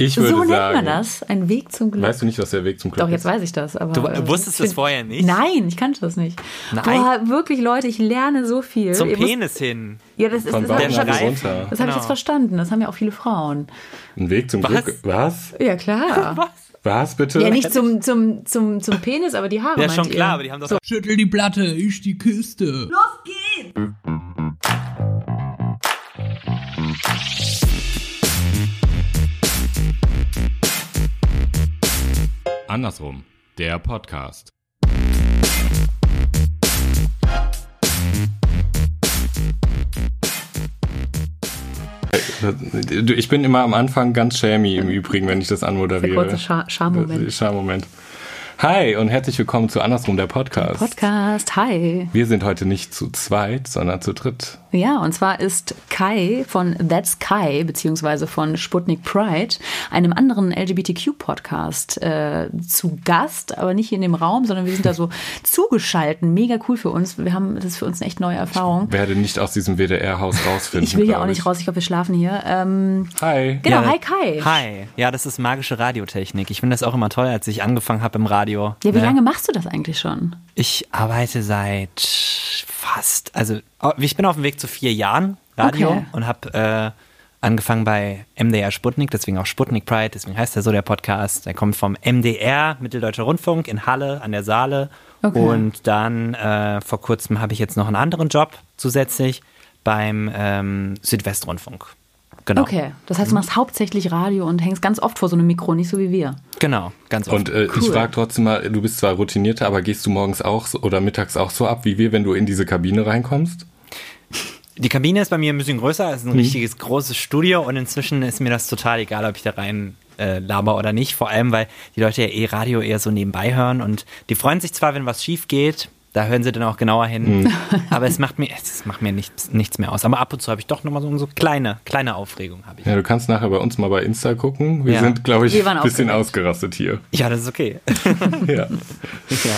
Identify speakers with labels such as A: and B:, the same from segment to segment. A: Ich würde
B: so nennt
A: sagen,
B: man das. Ein Weg zum Glück.
A: weißt du nicht, was der Weg zum Glück
B: Doch, jetzt
A: ist?
B: weiß ich das. Aber,
C: Du
B: äh,
C: wusstest
B: ich
C: das
B: find-
C: vorher nicht?
B: Nein, ich kannte das nicht.
C: Nein.
B: Boah, wirklich, Leute, ich lerne so viel.
C: Zum
B: Ihr müsst-
C: Penis hin.
B: Ja, das ist
A: Von
B: das hab
A: Bauch
B: ich-
C: Der
A: nach
C: Streifen.
A: runter.
B: Das habe ich
C: Genau.
B: jetzt verstanden. Das haben ja auch viele Frauen.
A: Ein Weg zum
C: Was?
A: Glück. Was?
B: Ja, klar.
A: Was bitte?
B: Ja, nicht zum, zum, zum, zum Penis, aber die Haare.
C: Ja, schon
B: meint ihr.
C: klar, aber die haben doch
D: Schüttel die Platte, ich die Kiste.
E: Andersrum, der Podcast.
A: Du, Ich bin immer am Anfang ganz shamey im Übrigen, wenn ich das
B: Der
A: anmoderiere.
B: kurze Scha- Schammoment.
A: Schammoment. Hi und herzlich willkommen zu Andersrum, der Podcast.
B: Podcast, hi.
A: Wir sind heute nicht zu zweit, sondern zu dritt.
B: Ja, und zwar ist Kai von That's Kai, beziehungsweise von Sputnik Pride, einem anderen LGBTQ-Podcast äh, zu Gast, aber nicht hier in dem Raum, sondern wir sind da so zugeschalten. Mega cool für uns. Wir haben, das ist für uns eine echt neue Erfahrung.
A: Werde nicht aus diesem WDR-Haus rausfinden.
B: Ich will hier
A: glaub
B: auch nicht raus, ich glaube, wir schlafen hier. Ähm,
A: Hi.
B: genau,
C: Ja.
B: hi Kai.
C: Hi. Ja, das ist magische Radiotechnik. Ich finde das auch immer toll, als ich angefangen habe im Radio.
B: Ja, wie
C: ne?
B: lange machst du das eigentlich schon?
C: Ich arbeite seit fast, also au- ich bin auf dem Weg zu vier Jahren Radio
B: Okay.
C: und habe äh, angefangen bei MDR Sputnik, deswegen auch Sputnik Pride, deswegen heißt er so der Podcast. Er kommt vom MDR, Mitteldeutscher Rundfunk in Halle an der Saale.
B: Okay.
C: Und dann äh, vor kurzem habe ich jetzt noch einen anderen Job zusätzlich beim ähm, Südwestrundfunk. Genau.
B: Okay, das heißt, du machst hauptsächlich Radio und hängst ganz oft vor so einem Mikro, nicht so wie wir.
C: Genau, ganz oft.
A: Und äh, ich
B: Cool.
A: frage trotzdem mal, du bist zwar routinierter, aber gehst du morgens auch so, oder mittags auch so ab wie wir, wenn du in diese Kabine reinkommst?
C: Die Kabine ist bei mir ein bisschen größer, es ist ein
A: Mhm.
C: richtiges großes Studio und inzwischen ist mir das total egal, ob ich da rein äh, laber oder nicht. Vor allem, weil die Leute ja eh Radio eher so nebenbei hören und die freuen sich zwar, wenn was schief geht, da hören sie dann auch genauer hin.
A: Mhm.
C: Aber es macht mir, es macht mir nichts, nichts mehr aus. Aber ab und zu habe ich doch nochmal so, so kleine, kleine Aufregung habe ich.
A: Ja, du kannst nachher bei uns mal bei Insta gucken. Wir
C: Ja.
A: sind, glaube ich,
B: Wir waren
A: ein bisschen
B: aufgeregt.
A: ausgerastet hier.
C: Ja, das ist okay.
A: Ja.
C: ja.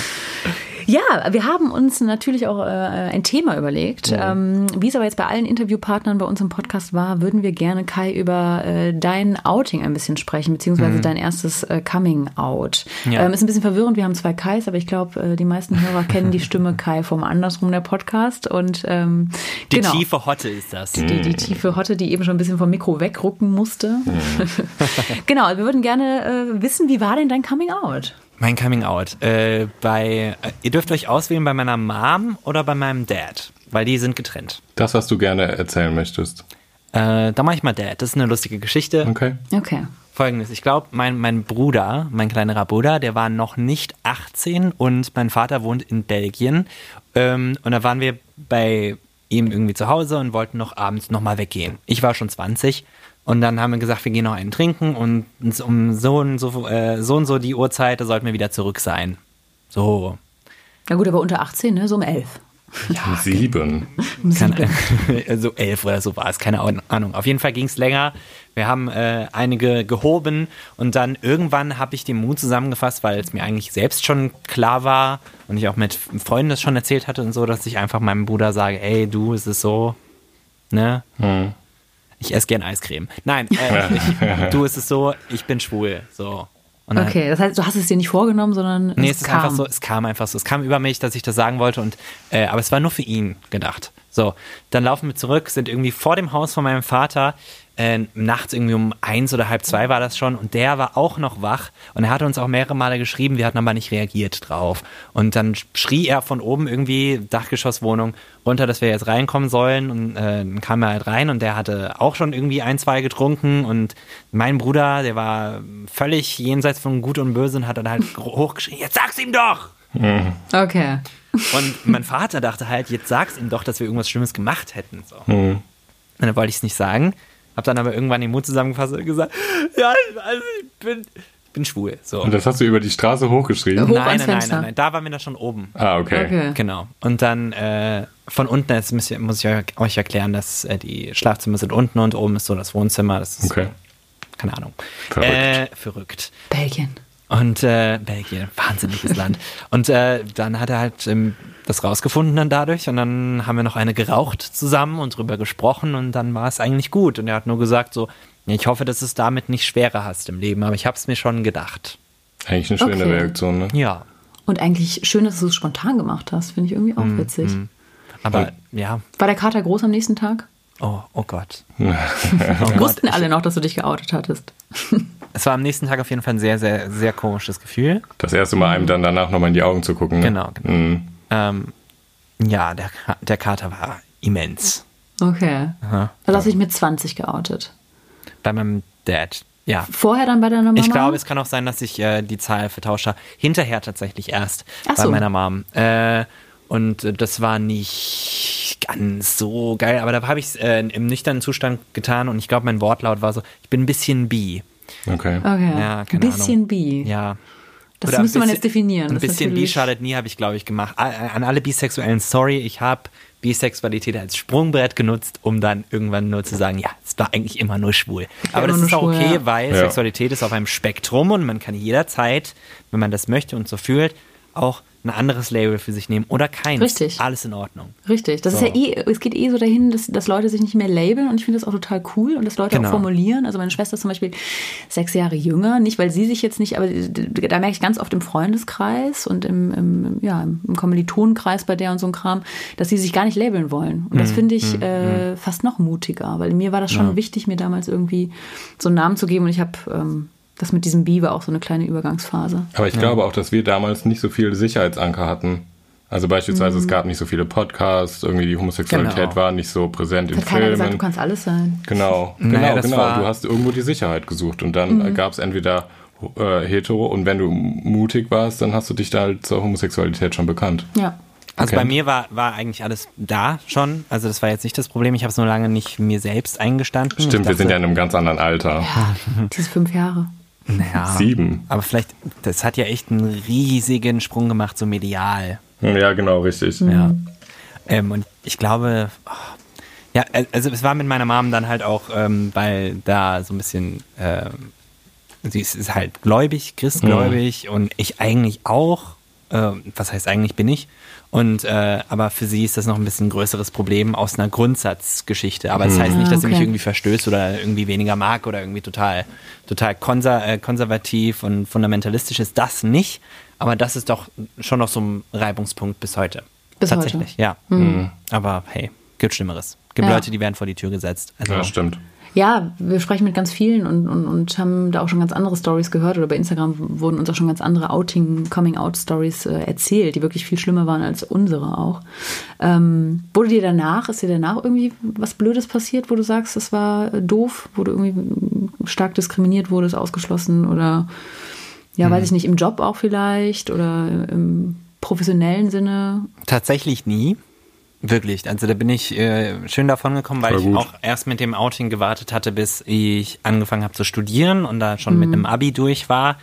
B: Ja, wir haben uns natürlich auch äh, ein Thema überlegt. Ähm, Wie es aber jetzt bei allen Interviewpartnern bei uns im Podcast war, würden wir gerne, Kai, über äh, dein Outing ein bisschen sprechen, beziehungsweise dein erstes äh, Coming-out.
C: Mhm. Ja.
B: Ähm, ist ein bisschen verwirrend, wir haben zwei Kais, aber ich glaube, äh, die meisten Hörer kennen die Stimme Kai vom Andersrum der Podcast. Und ähm,
C: Die
B: genau.
C: tiefe Hotte ist das.
B: Die, die tiefe Hotte, die eben schon ein bisschen vom Mikro wegrücken musste.
C: Mhm.
B: genau, wir würden gerne äh, wissen, wie war denn dein Coming Out?
C: Mein Coming Out. Äh, bei, äh, ihr dürft euch auswählen bei meiner Mom oder bei meinem Dad, weil die sind getrennt.
A: Das, was du gerne erzählen möchtest.
C: Äh, da mache ich mal Dad. Das ist eine lustige Geschichte.
A: Okay.
B: Okay.
C: Folgendes, ich glaube, mein, mein Bruder, mein kleinerer Bruder, der war noch nicht 18 und mein Vater wohnt in Belgien. Ähm, und da waren wir bei ihm irgendwie zu Hause und wollten noch abends nochmal weggehen. Ich war schon 20 und dann haben wir gesagt, wir gehen noch einen trinken und uns um so und so, äh, so und so die Uhrzeit, da sollten wir wieder zurück sein. So.
B: Na gut, aber unter 18, ne? so um 11.
A: Sieben.
C: Kann, so Also elf oder so war es, keine Ahnung. Auf jeden Fall ging es länger. Wir haben äh, einige gehoben und dann irgendwann habe ich den Mut zusammengefasst, weil es mir eigentlich selbst schon klar war und ich auch mit Freunden das schon erzählt hatte und so, dass ich einfach meinem Bruder sage, ey, du, es ist so, ne? Ich esse gern Eiscreme. Nein, äh, ich, du, es ist so, ich bin schwul, so. Und dann-
B: Okay, das heißt, du hast es dir nicht vorgenommen, sondern
C: Nee,
B: es,
C: es ist
B: kam.
C: einfach so, es kam einfach so. Es kam über mich, dass ich das sagen wollte und äh, aber es war nur für ihn gedacht. So, dann laufen wir zurück, sind irgendwie vor dem Haus von meinem Vater, äh, nachts irgendwie um eins oder halb zwei war das schon und der war auch noch wach und er hatte uns auch mehrere Male geschrieben, wir hatten aber nicht reagiert drauf. Und dann schrie er von oben irgendwie, Dachgeschosswohnung, runter, dass wir jetzt reinkommen sollen und äh, dann kam er halt rein und der hatte auch schon irgendwie ein, zwei getrunken und mein Bruder, der war völlig jenseits von Gut und Böse und hat dann halt gro- hochgeschrien, jetzt sag's ihm doch!
B: Okay.
C: Und mein Vater dachte halt, jetzt sag's ihm doch, dass wir irgendwas Schlimmes gemacht hätten. So.
A: Mhm.
C: Und dann wollte ich es nicht sagen, hab dann aber irgendwann den Mut zusammengefasst und gesagt, ja, also ich bin, ich bin schwul. So.
A: Und das hast du über die Straße hochgeschrieben?
B: Hoch
C: nein,
B: ans
C: nein, nein,
B: Fenster.
C: nein, nein, da waren wir dann schon oben.
A: Ah, okay.
B: Okay.
C: Genau. Und dann äh, von unten, jetzt müsst ihr, muss ich euch- euch erklären, dass äh, die Schlafzimmer sind unten und oben ist so das Wohnzimmer. Das ist,
A: Okay.
C: Keine Ahnung.
A: Verrückt.
C: Äh, verrückt.
B: Belgien.
C: Und äh, Belgien, wahnsinniges Land. Und äh, dann hat er halt ähm, das rausgefunden dann dadurch und dann haben wir noch eine geraucht zusammen und drüber gesprochen und dann war es eigentlich gut. Und er hat nur gesagt so, "Ja, ich hoffe, dass du es damit nicht schwerer hast im Leben, aber ich habe es mir schon gedacht.
A: Eigentlich eine schöne
B: Okay.
A: Reaktion, ne?
C: Ja,
B: Und eigentlich schön, dass du es spontan gemacht hast. Finde ich irgendwie
C: Mhm,
B: auch witzig.
C: aber ja,
B: War der Kater groß am nächsten Tag?
C: oh, oh Gott.
A: ne?
C: Oh
B: Wussten alle noch, dass du dich geoutet hattest.
C: Es war am nächsten Tag auf jeden Fall ein sehr, sehr, sehr komisches Gefühl.
A: Das erste Mal einem dann danach nochmal in die Augen zu gucken. Ne?
C: Genau, genau.
A: Mhm.
C: Ähm, ja, der, Ka- der Kater war immens.
B: Okay. Also hast du dich mit 20 geoutet.
C: Bei meinem Dad. Ja.
B: Vorher dann bei deiner Mama?
C: Ich glaube, es kann auch sein, dass ich äh, die Zahl vertauscht habe. Hinterher tatsächlich erst
B: Ach
C: bei
B: so.
C: meiner Mom. Äh, und äh, das war nicht ganz so geil, aber da habe ich es äh, im nüchternen Zustand getan und ich glaube, mein Wortlaut war so, ich bin ein bisschen bi.
A: Okay.
B: Okay.
C: Ja,
B: ein
C: keine
B: bisschen
C: Ahnung.
B: bi.
C: Ja.
B: Das
C: Oder ein
B: müsste man
C: bisschen-
B: jetzt definieren.
C: Ein
B: Das ist
C: bisschen bi
B: natürlich-
C: schadet nie, habe ich, glaube ich, gemacht. A- An alle Bisexuellen, sorry, ich habe Bisexualität als Sprungbrett genutzt, um dann irgendwann nur zu sagen, ja, es war eigentlich immer nur schwul. Aber das
B: immer
C: ist
B: nur
C: auch
B: schwul,
C: okay,
B: ja.
C: weil
A: Ja.
C: Sexualität ist auf einem Spektrum und man kann jederzeit, wenn man das möchte und so fühlt, auch ein anderes Label für sich nehmen oder keins.
B: Richtig.
C: Alles in Ordnung.
B: Richtig. Das
C: So.
B: ist ja eh, es geht eh so dahin, dass, dass Leute sich nicht mehr labeln und ich finde das auch total cool und dass Leute
C: Genau.
B: auch formulieren. Also meine Schwester ist zum Beispiel sechs Jahre jünger, nicht weil sie sich jetzt nicht, aber da merke ich ganz oft im Freundeskreis und im, im, ja, im Kommilitonenkreis bei der und so ein Kram, dass sie sich gar nicht labeln wollen. Und
C: Mhm,
B: das finde ich äh, fast noch mutiger, weil mir war das schon wichtig, mir damals irgendwie so einen Namen zu geben und ich habe ähm, das mit diesem Bi war auch so eine kleine Übergangsphase.
A: Aber ich glaube auch, dass wir damals nicht so viel Sicherheitsanker hatten. Also beispielsweise es gab nicht so viele Podcasts, irgendwie die Homosexualität
C: Mhm. Genau.
A: war nicht so präsent in
B: Hat keiner gesagt, du
A: Filmen.
B: kannst alles sein.
A: Genau, genau,
C: Naja, das
A: genau.
C: war- Mhm.
A: Du hast irgendwo die Sicherheit gesucht und dann gab's gab es entweder äh, hetero und wenn du mutig warst, dann hast du dich da halt zur Homosexualität schon bekannt.
B: Ja.
C: Also
A: Okay.
C: bei mir war, war eigentlich alles da schon. Also das war jetzt nicht das Problem. Ich habe es nur lange nicht mir selbst eingestanden. Ich
A: Stimmt, wir sind
C: dachte,
A: ja in einem ganz anderen Alter.
C: Hm.
B: Diese fünf Jahre.
C: Naja.
A: Sieben.
C: Aber vielleicht, das hat ja echt einen riesigen Sprung gemacht, so medial.
A: Ja, genau, richtig.
C: Ja. Ähm, und ich glaube, oh, ja, also es war mit meiner Mom dann halt auch, ähm, weil da so ein bisschen, ähm, sie ist, ist halt gläubig, christgläubig und ich eigentlich auch. Ähm, was heißt eigentlich bin ich? Und äh, aber für sie ist das noch ein bisschen größeres Problem aus einer Grundsatzgeschichte. Aber es das heißt nicht,
B: Ah,
C: dass sie mich
B: okay.
C: irgendwie verstößt oder irgendwie weniger mag oder irgendwie total, total konser äh, konservativ und fundamentalistisch ist. Das nicht. Aber das ist doch schon noch so ein Reibungspunkt bis heute.
B: Bis heute. Mhm.
C: Tatsächlich, ja. Aber hey, gibt Schlimmeres. Gibt
B: Ja.
C: Leute, die werden vor die Tür gesetzt. Also,
A: Ja, stimmt.
B: Ja, wir sprechen mit ganz vielen und, und, und haben da auch schon ganz andere Stories gehört oder bei Instagram wurden uns auch schon ganz andere Outing, Coming-out-Stories äh, erzählt, die wirklich viel schlimmer waren als unsere auch. Ähm, wurde dir danach, ist dir danach irgendwie was Blödes passiert, wo du sagst, das war äh, doof, wo du irgendwie mm, stark diskriminiert wurdest, ausgeschlossen oder ja,
C: Mhm.
B: weiß ich nicht, im Job auch vielleicht oder im professionellen Sinne?
C: Tatsächlich nie. Wirklich. Also da bin ich äh, schön davon gekommen, weil
A: Voll
C: ich
A: gut.
C: auch erst mit dem Outing gewartet hatte, bis ich angefangen habe zu studieren und da schon mit
B: Mhm.
C: einem Abi durch war.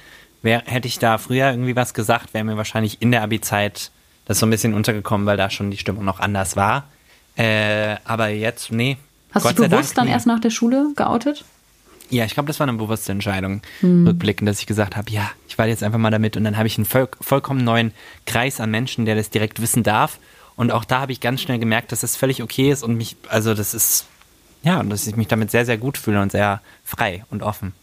C: Wär, hätte ich da früher irgendwie was gesagt, wäre mir wahrscheinlich in der Abi-Zeit das so ein bisschen untergekommen, weil da schon die Stimmung noch anders war. Äh, aber jetzt, nee.
B: Hast
C: Gott
B: du
C: sei
B: dich bewusst
C: Dank
B: dann
C: nie.
B: erst nach der Schule geoutet?
C: Ja, ich glaube, das war eine bewusste Entscheidung, rückblickend, dass ich gesagt habe, ja, ich war jetzt einfach mal damit und dann habe ich einen voll, vollkommen neuen Kreis an Menschen, der das direkt wissen darf. Und auch da habe ich ganz schnell gemerkt, dass das völlig okay ist und mich, also das ist, ja, und dass ich mich damit sehr, sehr gut fühle und sehr frei und offen.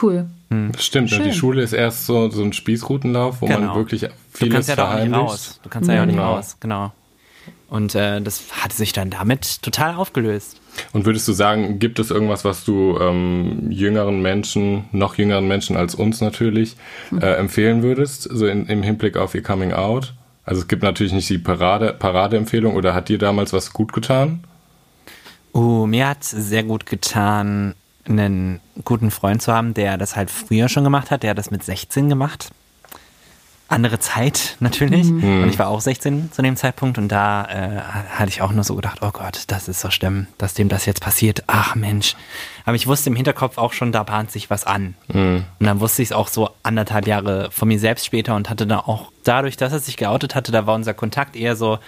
B: Cool.
C: Hm.
A: Stimmt, ne? die Schule ist erst so, so ein Spießrutenlauf, wo man
C: Genau.
A: wirklich
C: Du
A: vieles
C: kannst ja da auch nicht
A: verheimlicht.
C: raus. Du kannst ja auch nicht
A: Genau.
C: raus, genau. Und äh, das hatte sich dann damit total aufgelöst.
A: Und würdest du sagen, gibt es irgendwas, was du ähm, jüngeren Menschen, noch jüngeren Menschen als uns natürlich, äh, empfehlen würdest, so in, im Hinblick auf ihr Coming Out? Also es gibt natürlich nicht die Parade, Paradeempfehlung oder hat dir damals was gut getan?
C: Uh, mir hat sehr gut getan, einen guten Freund zu haben, der das halt früher schon gemacht hat. Der hat das mit 16 gemacht. Andere Zeit natürlich. Und ich war auch 16 zu dem Zeitpunkt und da äh, hatte ich auch nur so gedacht, oh Gott, das ist so schlimm, dass dem das jetzt passiert. Ach Mensch. Aber ich wusste im Hinterkopf auch schon, da bahnt sich was an. Und dann wusste ich es auch so anderthalb Jahre von mir selbst später und hatte da auch dadurch, dass er sich geoutet hatte, da war unser Kontakt eher so ein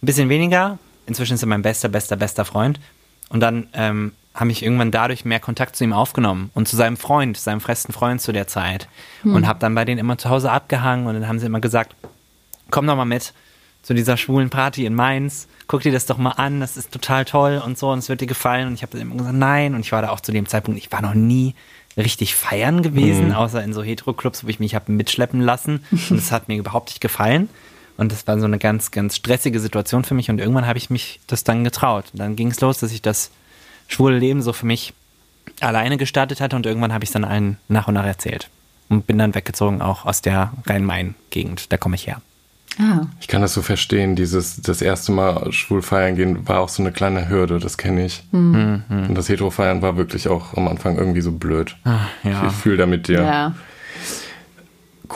C: bisschen weniger. Inzwischen ist er mein bester, bester, bester Freund. Und dann ähm, habe ich irgendwann dadurch mehr Kontakt zu ihm aufgenommen und zu seinem Freund, seinem festen Freund zu der Zeit. Und habe dann bei denen immer zu Hause abgehangen und dann haben sie immer gesagt, komm doch mal mit zu dieser schwulen Party in Mainz, guck dir das doch mal an, das ist total toll und so und es wird dir gefallen. Und ich habe dann immer gesagt, nein. Und ich war da auch zu dem Zeitpunkt, ich war noch nie richtig feiern gewesen, außer in so Hetero-Clubs, wo ich mich habe mitschleppen lassen. Und es hat mir überhaupt nicht gefallen. Und das war so eine ganz, ganz stressige Situation für mich. Und irgendwann habe ich mich das dann getraut. Und dann ging es los, dass ich das schwule Leben so für mich alleine gestartet hatte. Und irgendwann habe ich es dann allen nach und nach erzählt. Und bin dann weggezogen, auch aus der Rhein-Main-Gegend. Da komme ich her.
B: Ah,
A: Ich kann das so verstehen. Dieses das erste Mal schwul feiern gehen war auch so eine kleine Hürde, das kenne ich.
B: Hm.
A: Und das Hetero feiern war wirklich auch am Anfang irgendwie so blöd.
C: ja.
A: Ich fühle da mit dir.
B: ja.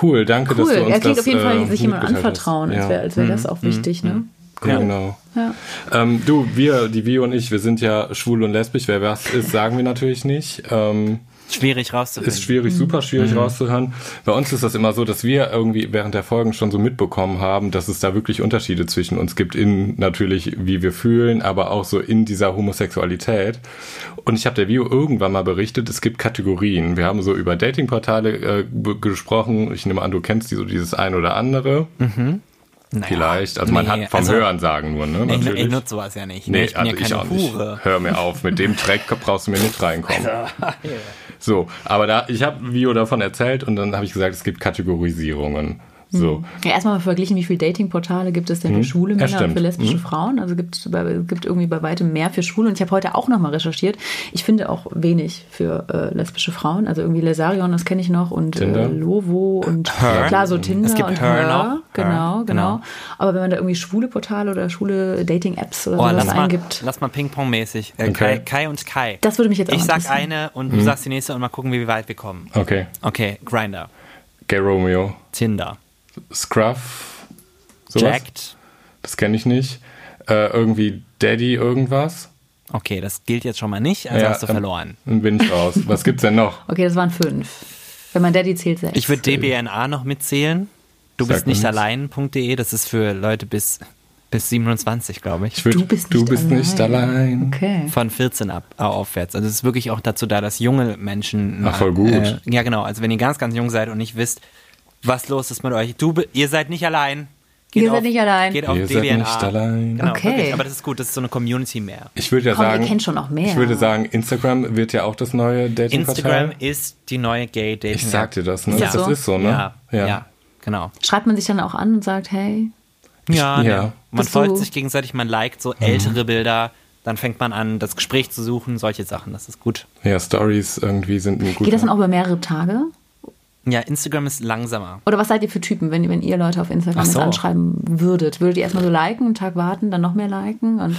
A: Cool, danke,
B: Cool.
A: dass du uns
B: Er klingt
A: das,
B: auf jeden
A: äh,
B: Fall sich
A: gut
B: jemandem
A: mitgeteilt hast.
B: anvertrauen, als
A: Ja. Mhm.
B: wäre als wär das auch wichtig, ne?
A: Cool. Genau.
B: Ja.
A: Ähm, du, wir, die Vio und ich, wir sind ja schwul und lesbisch. Wer was ist, sagen wir natürlich nicht. Ähm,
C: Schwierig rauszufinden.
A: ist schwierig, super
C: Mhm.
A: schwierig rauszuhören. Bei uns ist das immer so, dass wir irgendwie während der Folgen schon so mitbekommen haben, dass es da wirklich Unterschiede zwischen uns gibt in natürlich, wie wir fühlen, aber auch so in dieser Homosexualität. Und ich habe der Vio irgendwann mal berichtet, es gibt Kategorien. Wir haben so über Datingportale äh, be- gesprochen. Ich nehme an, du kennst die so dieses ein oder andere.
C: Naja.
A: Vielleicht. Also man
C: Nee,
A: hat vom
C: also-
A: Hören sagen nur, ne?
C: Ich,
A: Natürlich.
C: ich nutze sowas ja nicht.
A: Nee,
C: ich bin
A: also
C: ja
A: ich
C: keine
A: auch nicht.
C: Hure.
A: Hör mir auf, mit dem Dreck brauchst du mir nicht reinkommen. So, aber da, ich habe Vio davon erzählt und dann habe ich gesagt, es gibt Kategorisierungen.
C: Mhm.
A: So,
B: Ja, erstmal mal verglichen, wie viele Datingportale gibt es denn für schwule
A: Mhm. Ja,
B: Männer und
A: stimmt. Mhm.
B: für lesbische Frauen? Also gibt es bei- gibt irgendwie bei weitem mehr für Schwule. Und ich habe heute auch nochmal recherchiert. Ich finde auch wenig für äh, lesbische Frauen. Also irgendwie Lesarion, das kenne ich noch, und äh,
A: Tinder?
B: Lovo und
C: Her.
B: klar, so Tinder
C: Es gibt
B: und
C: Her
B: Her.
C: noch. Her,
B: Genau, genau,
C: genau.
B: Aber wenn man da irgendwie schwule Portale oder schwule Dating-Apps oder
C: Oh,
B: sowas
C: lass mal,
B: eingibt.
C: lass mal Ping-Pong-mäßig.
A: Okay.
C: Äh,
A: Mhm.
C: Kai, Kai und Kai.
B: Das würde mich jetzt auch
C: Ich sag
B: interessieren.
C: eine und du sagst die nächste und mal gucken, wie weit wir kommen.
A: okay.
C: Okay, Grinder,
A: Gay Romeo,
C: Tinder,
A: Scruff, sowas.
C: Jacked.
A: Das kenne ich nicht. Äh, irgendwie Daddy irgendwas.
C: Okay, das gilt jetzt schon mal nicht, also
A: Ja,
C: hast du
A: ähm,
C: verloren.
A: Dann bin ich raus. Was gibt's denn noch?
B: Okay, das waren fünf. Wenn man Daddy zählt, sechs.
C: Ich würde DBNA noch mitzählen. Du
A: Sag
C: bist
A: mir
C: nicht
A: nichts.
C: allein.de, E, das ist für Leute bis, bis 27, glaube ich.
A: Ich würd-
B: Du bist
A: du
B: nicht
A: bist nicht allein.
B: okay.
C: Von 14 ab äh, aufwärts. Also es ist wirklich auch dazu da, dass junge Menschen.
A: Ach, voll gut.
C: Äh, ja, genau. Also wenn ihr ganz, ganz jung seid und nicht wisst, was los ist mit euch. Du, be- ihr seid nicht allein. Geht
B: Ihr seid nicht allein.
C: Geht auf
A: Ihr seid
C: DBNA.
A: nicht allein.
C: Genau,
B: Okay.
C: wirklich. Aber das ist gut, das ist so eine Community mehr.
A: Ich würde ja
B: Komm, ihr
A: sagen.
B: kennt schon auch mehr.
A: Ich würde sagen, Instagram wird ja auch das neue
C: Instagram
A: Dating-Portal.
C: ist die neue Gay Dating.
A: Ich sag dir das, ne?
B: Ja.
A: Das ist so, ne?
C: Ja, ja. genau.
B: Schreibt man sich dann auch an und sagt, hey,
A: ja.
C: Ja,
A: Mhm.
C: ne. man
B: Bist
C: folgt
B: du-
C: sich gegenseitig, man liked so ältere Bilder, dann fängt man an, das Gespräch zu suchen, solche Sachen, das ist gut.
A: Ja, Stories irgendwie sind ein guter.
B: geht das dann auch über mehrere Tage?
C: Ja, Instagram ist langsamer.
B: Oder was seid ihr für Typen, wenn, wenn ihr Leute auf Instagram
C: Ach
B: jetzt
C: so.
B: anschreiben würdet? Würdet ihr erstmal so liken, einen Tag warten, dann noch mehr liken? Und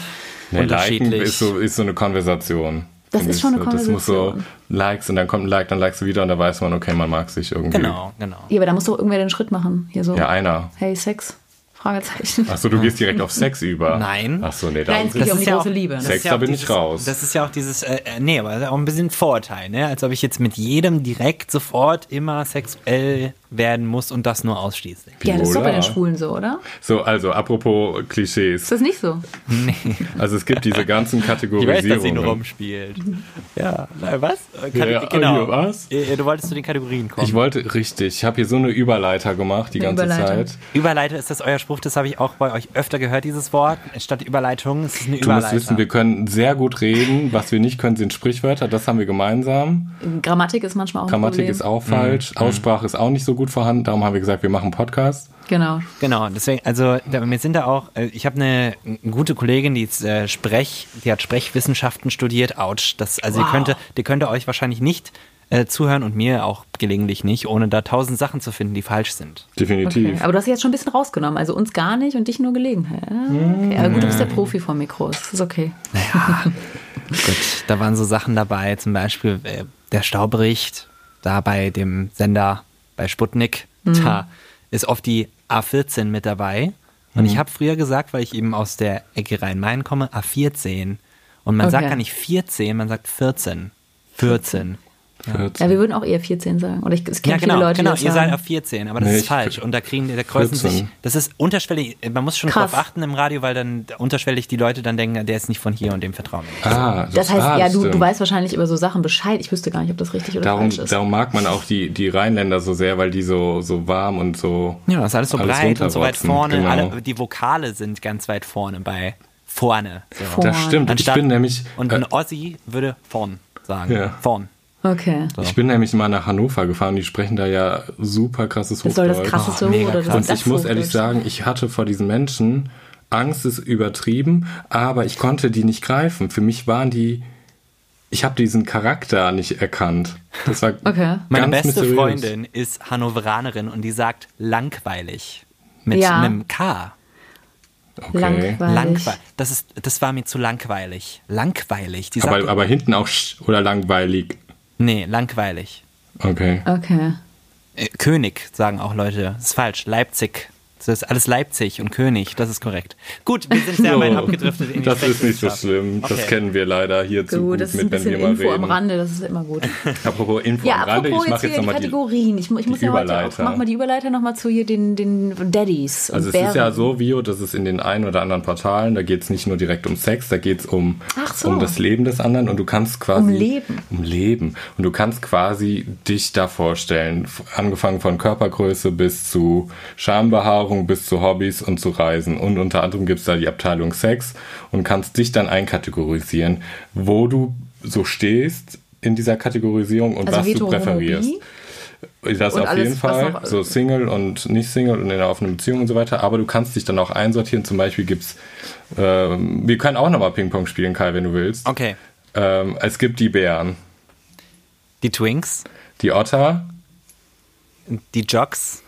A: nee, liken
C: unterschiedlich?
A: ist so, ist so eine Konversation.
B: Das
A: Finde
B: ist
A: ich
B: schon eine
A: so. Das muss so
B: Konversation.
A: Likes und dann kommt ein Like, dann likest du wieder und da weiß man, okay, man mag sich irgendwie.
C: Genau, genau.
B: ja, aber da muss doch irgendwer den Schritt machen. Hier so,
A: Ja, einer.
B: hey, Sex? Fragezeichen.
A: Achso, du gehst direkt auf Sex über.
C: Nein.
A: Achso, nee, dann
B: Nein, es geht ja um die große Liebe.
C: das
A: Sex,
C: ist ja
A: da
C: auch
A: bin ich
C: dieses,
A: raus.
C: Das ist ja auch dieses, äh, äh, nee, aber auch ein bisschen Vorurteil, ne? Als ob ich jetzt mit jedem direkt sofort immer sexuell werden muss und das nur ausschließlich.
B: Ja, das ist doch bei den
A: Lola.
B: Schwulen so, oder?
A: So, also, apropos
B: Ist
A: Klischees.
B: das nicht so?
A: Also, es gibt diese ganzen
C: Ich weiß, dass ihn
A: Kategorisierungen.
C: rumspielt. Ja, na, was? Äh, Kate-
A: ne? Ja,
C: genau.
A: ja, was?
C: Äh, Du wolltest zu den Kategorien kommen.
A: Ich wollte, richtig, ich habe hier so eine Überleiter gemacht die
B: Eine
A: ganze
B: Überleiter.
A: Zeit.
C: Überleiter ist das euer Spruch, das habe ich auch bei euch öfter gehört, dieses Wort. Statt Überleitung ist es eine
A: Du musst
C: Überleitung.
A: wissen, wir können sehr gut reden. Was wir nicht können, sind Sprichwörter. Das haben wir gemeinsam.
B: Grammatik ist manchmal auch
A: Grammatik
B: ein Problem.
A: ist auch
C: Mhm.
A: falsch, Aussprache ist auch nicht so gut vorhanden, darum haben wir gesagt, wir machen einen Podcast.
B: Genau.
C: genau, deswegen, also da, wir sind da auch, äh, ich habe eine eine gute Kollegin, die ist äh, Sprech, die hat Sprechwissenschaften studiert, ouch. Das, also die,
B: Wow.
C: könnte, die könnte euch wahrscheinlich nicht äh, zuhören und mir auch gelegentlich nicht, ohne da tausend Sachen zu finden, die falsch sind.
A: Definitiv.
B: Okay. Aber du hast dich jetzt schon ein bisschen rausgenommen. Also uns gar nicht und dich nur Gelegenheit. Ja, Okay. Aber gut, du bist
A: Mhm.
B: der Profi vom Mikros. Das ist okay.
C: Gut, da waren so Sachen dabei, zum Beispiel äh, der Staubericht, da bei dem Sender bei Sputnik,
B: Mhm.
C: da ist oft die A14 mit dabei. Und
B: Mhm.
C: ich habe früher gesagt, weil ich eben aus der Ecke Rhein-Main komme, A14. Und man sagt
B: Okay.
C: gar nicht 14, man sagt 14. 14.
B: Ja,
A: 14.
B: wir würden auch eher 14 sagen. Oder ich, es kennen
C: Ja, genau,
B: viele Leute,
C: genau.
B: die das
C: ihr
B: sagen.
C: seid auf 14, aber das
A: Nee,
C: ist
A: ich-
C: falsch. Und da kriegen, da kreuzen sich,
A: 14.
C: das ist unterschwellig, man muss schon
B: Krass.
C: drauf achten im Radio, weil dann unterschwellig die Leute dann denken, der ist nicht von hier und dem vertrauen. wir nicht.
A: ah,
B: das heißt,
A: ah,
B: ja,
A: das
B: du, du
A: stimmt.
B: weißt wahrscheinlich über so Sachen Bescheid. Ich wüsste gar nicht, ob das richtig oder
A: Darum,
B: falsch ist.
A: darum mag man auch die, die Rheinländer so sehr, weil die so, so warm und so.
C: Ja, das ist alles so breit und so weit
A: runterrotzen,
C: vorne.
A: Genau.
C: Alle, die Vokale sind ganz weit vorne bei vorne. So.
B: Vorn.
A: das stimmt. Und ich
C: Anstatt-
A: bin nämlich.
C: Und
A: äh,
C: ein Ossi würde vorn sagen.
A: Ja.
C: Vorn.
B: Okay.
A: ich bin nämlich mal nach Hannover gefahren, die sprechen da ja super krasses
B: Das soll das
A: Hochdeutsch.
B: krasseste
C: mega
B: oder das
C: krass.
A: Und Oh, ich muss
B: Hochdeutsch
A: ehrlich
B: sein.
A: sagen, ich hatte vor diesen Menschen Angst ist übertrieben, aber ich konnte die nicht greifen. Für mich waren die, ich habe diesen Charakter nicht erkannt. Das war
B: Okay.
A: ganz
C: Meine beste
A: mysteriös.
C: Freundin ist Hannoveranerin und die sagt langweilig. Mit
B: Ja.
C: einem K.
A: Okay.
B: Langweilig.
C: Langweilig. Das, ist, das war mir zu langweilig. Langweilig. Die sagt,
A: Aber, aber hinten auch sch oder langweilig.
C: nee, langweilig.
A: Okay.
B: Okay.
C: Äh, König sagen auch Leute. Das ist falsch. Leipzig. Das ist alles Leipzig und König. Das ist korrekt. Gut, wir sind sehr weit
A: So.
C: abgedriftet in die
A: das ist nicht so
C: Sprechwissenschaft.
A: schlimm. Das
C: Okay.
A: kennen wir leider hier zu
B: Gut,
A: gut,
B: das ist ein
A: mit, wenn
B: bisschen
A: wir mal
B: Info am
A: reden.
B: Rande, das ist immer gut.
A: Apropos Info
B: Ja,
A: am Rande,
B: apropos
A: ich
B: jetzt
A: mache
B: hier
A: jetzt
B: die
A: nochmal die
B: Kategorien. Ich, mu- ich
A: die
B: muss ja heute auch,
A: Überleiter.
B: mach mal die Überleiter nochmal zu hier den, den Daddies und
A: Also es
B: Bären.
A: ist ja so, Vio, dass es in den ein oder anderen Portalen, da geht es nicht nur direkt um Sex, da geht es um,
B: Ach so.
A: um das Leben des anderen und du kannst quasi...
B: Um Leben.
A: Um Leben. Und du kannst quasi dich da vorstellen, f- angefangen von Körpergröße bis zu Schambehaarung, bis zu Hobbys und zu Reisen. Und unter anderem gibt es da die Abteilung Sex und kannst dich dann einkategorisieren, wo du so stehst in dieser Kategorisierung
B: Also
A: und was du präferierst. Das
B: Und
A: auf
B: alles,
A: jeden
B: was
A: Fall.
B: noch-
A: so Single und nicht Single und in einer offenen Beziehung und so weiter. Aber du kannst dich dann auch einsortieren. Zum Beispiel gibt's, ähm, wir können auch nochmal Ping-Pong spielen, Kai, wenn du willst.
C: Okay.
A: Ähm, es gibt die Bären,
C: Die Twinks,
A: die Otter,
C: die Jocks,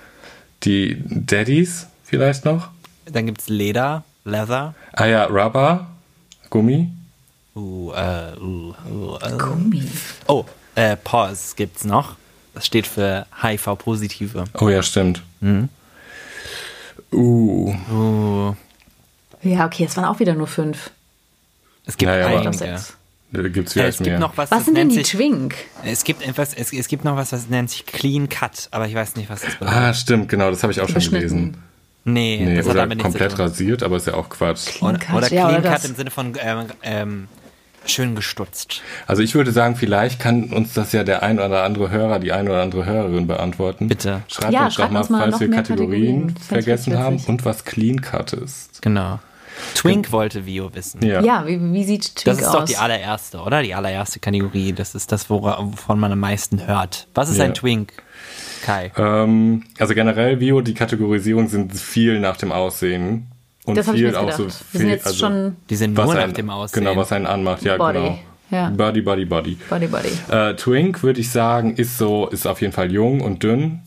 A: die Daddies vielleicht noch.
C: dann gibt's Leder, Leather.
A: Ah ja, Rubber, Gummi.
C: Uh, äh, uh, uh, äh.
B: Gummi.
C: Oh, äh, Pause gibt's noch. Das steht für HIV-Positive.
A: Oh ja, stimmt.
C: Mhm.
A: Uh,
B: Oh. Ja, okay, es waren auch wieder nur fünf.
C: Es gibt
A: Naja, aber-
B: Doch
C: einige.
B: sechs.
A: da gibt's
C: Äh,
A: vielleicht
C: es gibt
A: mehr.
C: noch was,
B: Was
C: das
B: sind denn
C: nennt
B: die
C: sich,
B: Twink?
C: es gibt etwas, es, es gibt noch was, das nennt sich Clean Cut, aber ich weiß nicht, was das bedeutet.
A: ah, stimmt, genau, das habe ich auch schon
B: Beschnitten.
A: gelesen.
C: Nee,
A: Nee,
C: das hat
A: oder
C: damit nichts zu
A: komplett
C: tun.
A: rasiert, aber ist ja auch Quatsch.
B: Clean
C: Oder,
B: Cut,
C: oder
B: ja,
C: Clean
B: oder
C: Cut
B: das.
C: im Sinne von ähm, ähm, schön gestutzt.
A: Also ich würde sagen, vielleicht kann uns das ja der ein oder andere Hörer, die ein oder andere Hörerin beantworten.
C: Bitte.
A: Schreibt
B: Ja,
A: uns
B: schreibt
A: doch mal,
B: uns mal noch
A: falls wir
B: mehr
A: Kategorien
B: Kategorien. Fänd's
A: vergessen
B: richtig
A: haben
B: witzig.
A: und was Clean Cut ist.
C: Genau. Twink wollte Vio wissen.
A: Ja.
B: Ja, wie, wie sieht Twink
C: Das ist
B: aus?
C: doch die allererste, oder? Die allererste Kategorie. Das ist das, wora- wovon man am meisten hört. Was ist
A: Ja.
C: ein Twink, Kai?
A: Ähm, also generell Bio, die Kategorisierung sind viel nach dem Aussehen und
B: Das hab ich
A: viel
B: mir
A: auch
B: jetzt
A: so
B: gedacht.
A: viel,
B: Wir sind jetzt
A: also,
B: schon
C: Die sind
A: was
C: nur nach
A: einen-
C: dem Aussehen.
A: Genau, was einen anmacht. Ja,
B: Body.
A: genau.
B: Ja.
A: Body, Body, Body.
B: Body, Body.
A: Äh, Twink würde ich sagen, ist so, ist auf jeden Fall jung und dünn.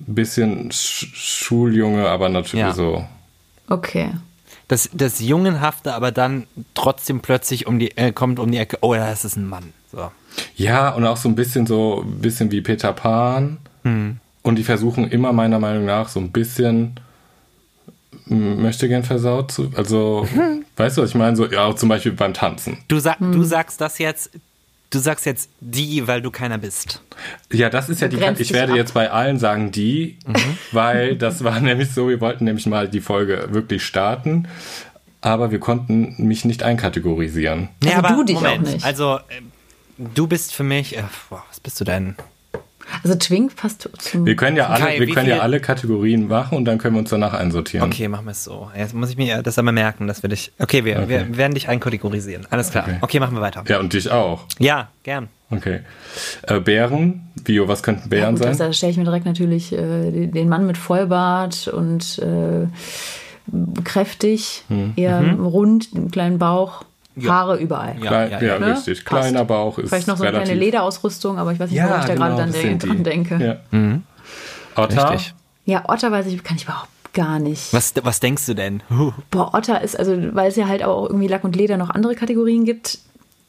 A: Bisschen Sch Schuljunge, aber natürlich
C: Mhm. Ja.
A: so.
B: Okay.
C: Das, das Jungenhafte, aber dann trotzdem plötzlich um die, äh, kommt um die Ecke, oh, das ist ein Mann. So.
A: Ja, und auch so ein bisschen so, ein bisschen wie Peter Pan. Und die versuchen immer meiner Meinung nach so ein bisschen m, möchte gern versaut zu. Also, weißt du, was ich meine? So, ja, auch zum Beispiel beim Tanzen.
C: Du, sag,
B: Hm.
C: du sagst das jetzt, du sagst jetzt die, weil du keiner bist.
A: Ja, das ist ja
B: Du
A: die. Ka-
B: grenzt
A: Ich
B: dich
A: werde
B: ab.
A: jetzt bei allen sagen die, weil das war nämlich so. Wir wollten nämlich mal die Folge wirklich starten, aber wir konnten mich nicht einkategorisieren.
C: Nee,
B: Also du dich auch nicht.
C: Also, äh, du bist für mich, äh, boah, was bist du denn?
B: Also Twink passt zum.
A: Wir können ja alle,
C: Kai,
A: wir
C: wie
A: können ja
C: viel-
A: alle Kategorien machen und dann können wir uns danach einsortieren.
C: Okay, machen wir es so. Jetzt muss ich mir das aber merken, dass wir dich, okay, wir, wir werden dich einkategorisieren. Alles klar. Okay,
A: Okay.
C: machen wir weiter. Ja,
A: Ja, und dich auch.
C: gern.
A: Okay. Äh, Bären, Bio, was könnten Bären
B: Gut, das,
A: sein?
B: da stelle ich mir direkt natürlich äh, den- den Mann mit Vollbart und äh, kräftig,
A: Hm.
B: eher rund, einen kleinen Bauch, Haare überall.
C: Ja.
A: Klein, Mhm. ja,
B: Ne?
A: richtig.
B: Passt.
A: Kleiner Bauch ist
B: Vielleicht noch so eine
A: relativ,
B: kleine Lederausrüstung, aber ich weiß nicht,
A: Ja,
B: woran ich da
A: genau,
B: gerade dann
A: das
B: de
A: sind
B: dran
A: die.
B: denke. Ja.
A: Ja. Otter,
C: Mhm. Richtig.
B: Otter weiß ich, kann ich überhaupt gar nicht.
C: Was, was denkst du denn? Huh.
B: Boah, Otter ist, also weil es ja halt aber auch irgendwie Lack und Leder noch andere Kategorien gibt,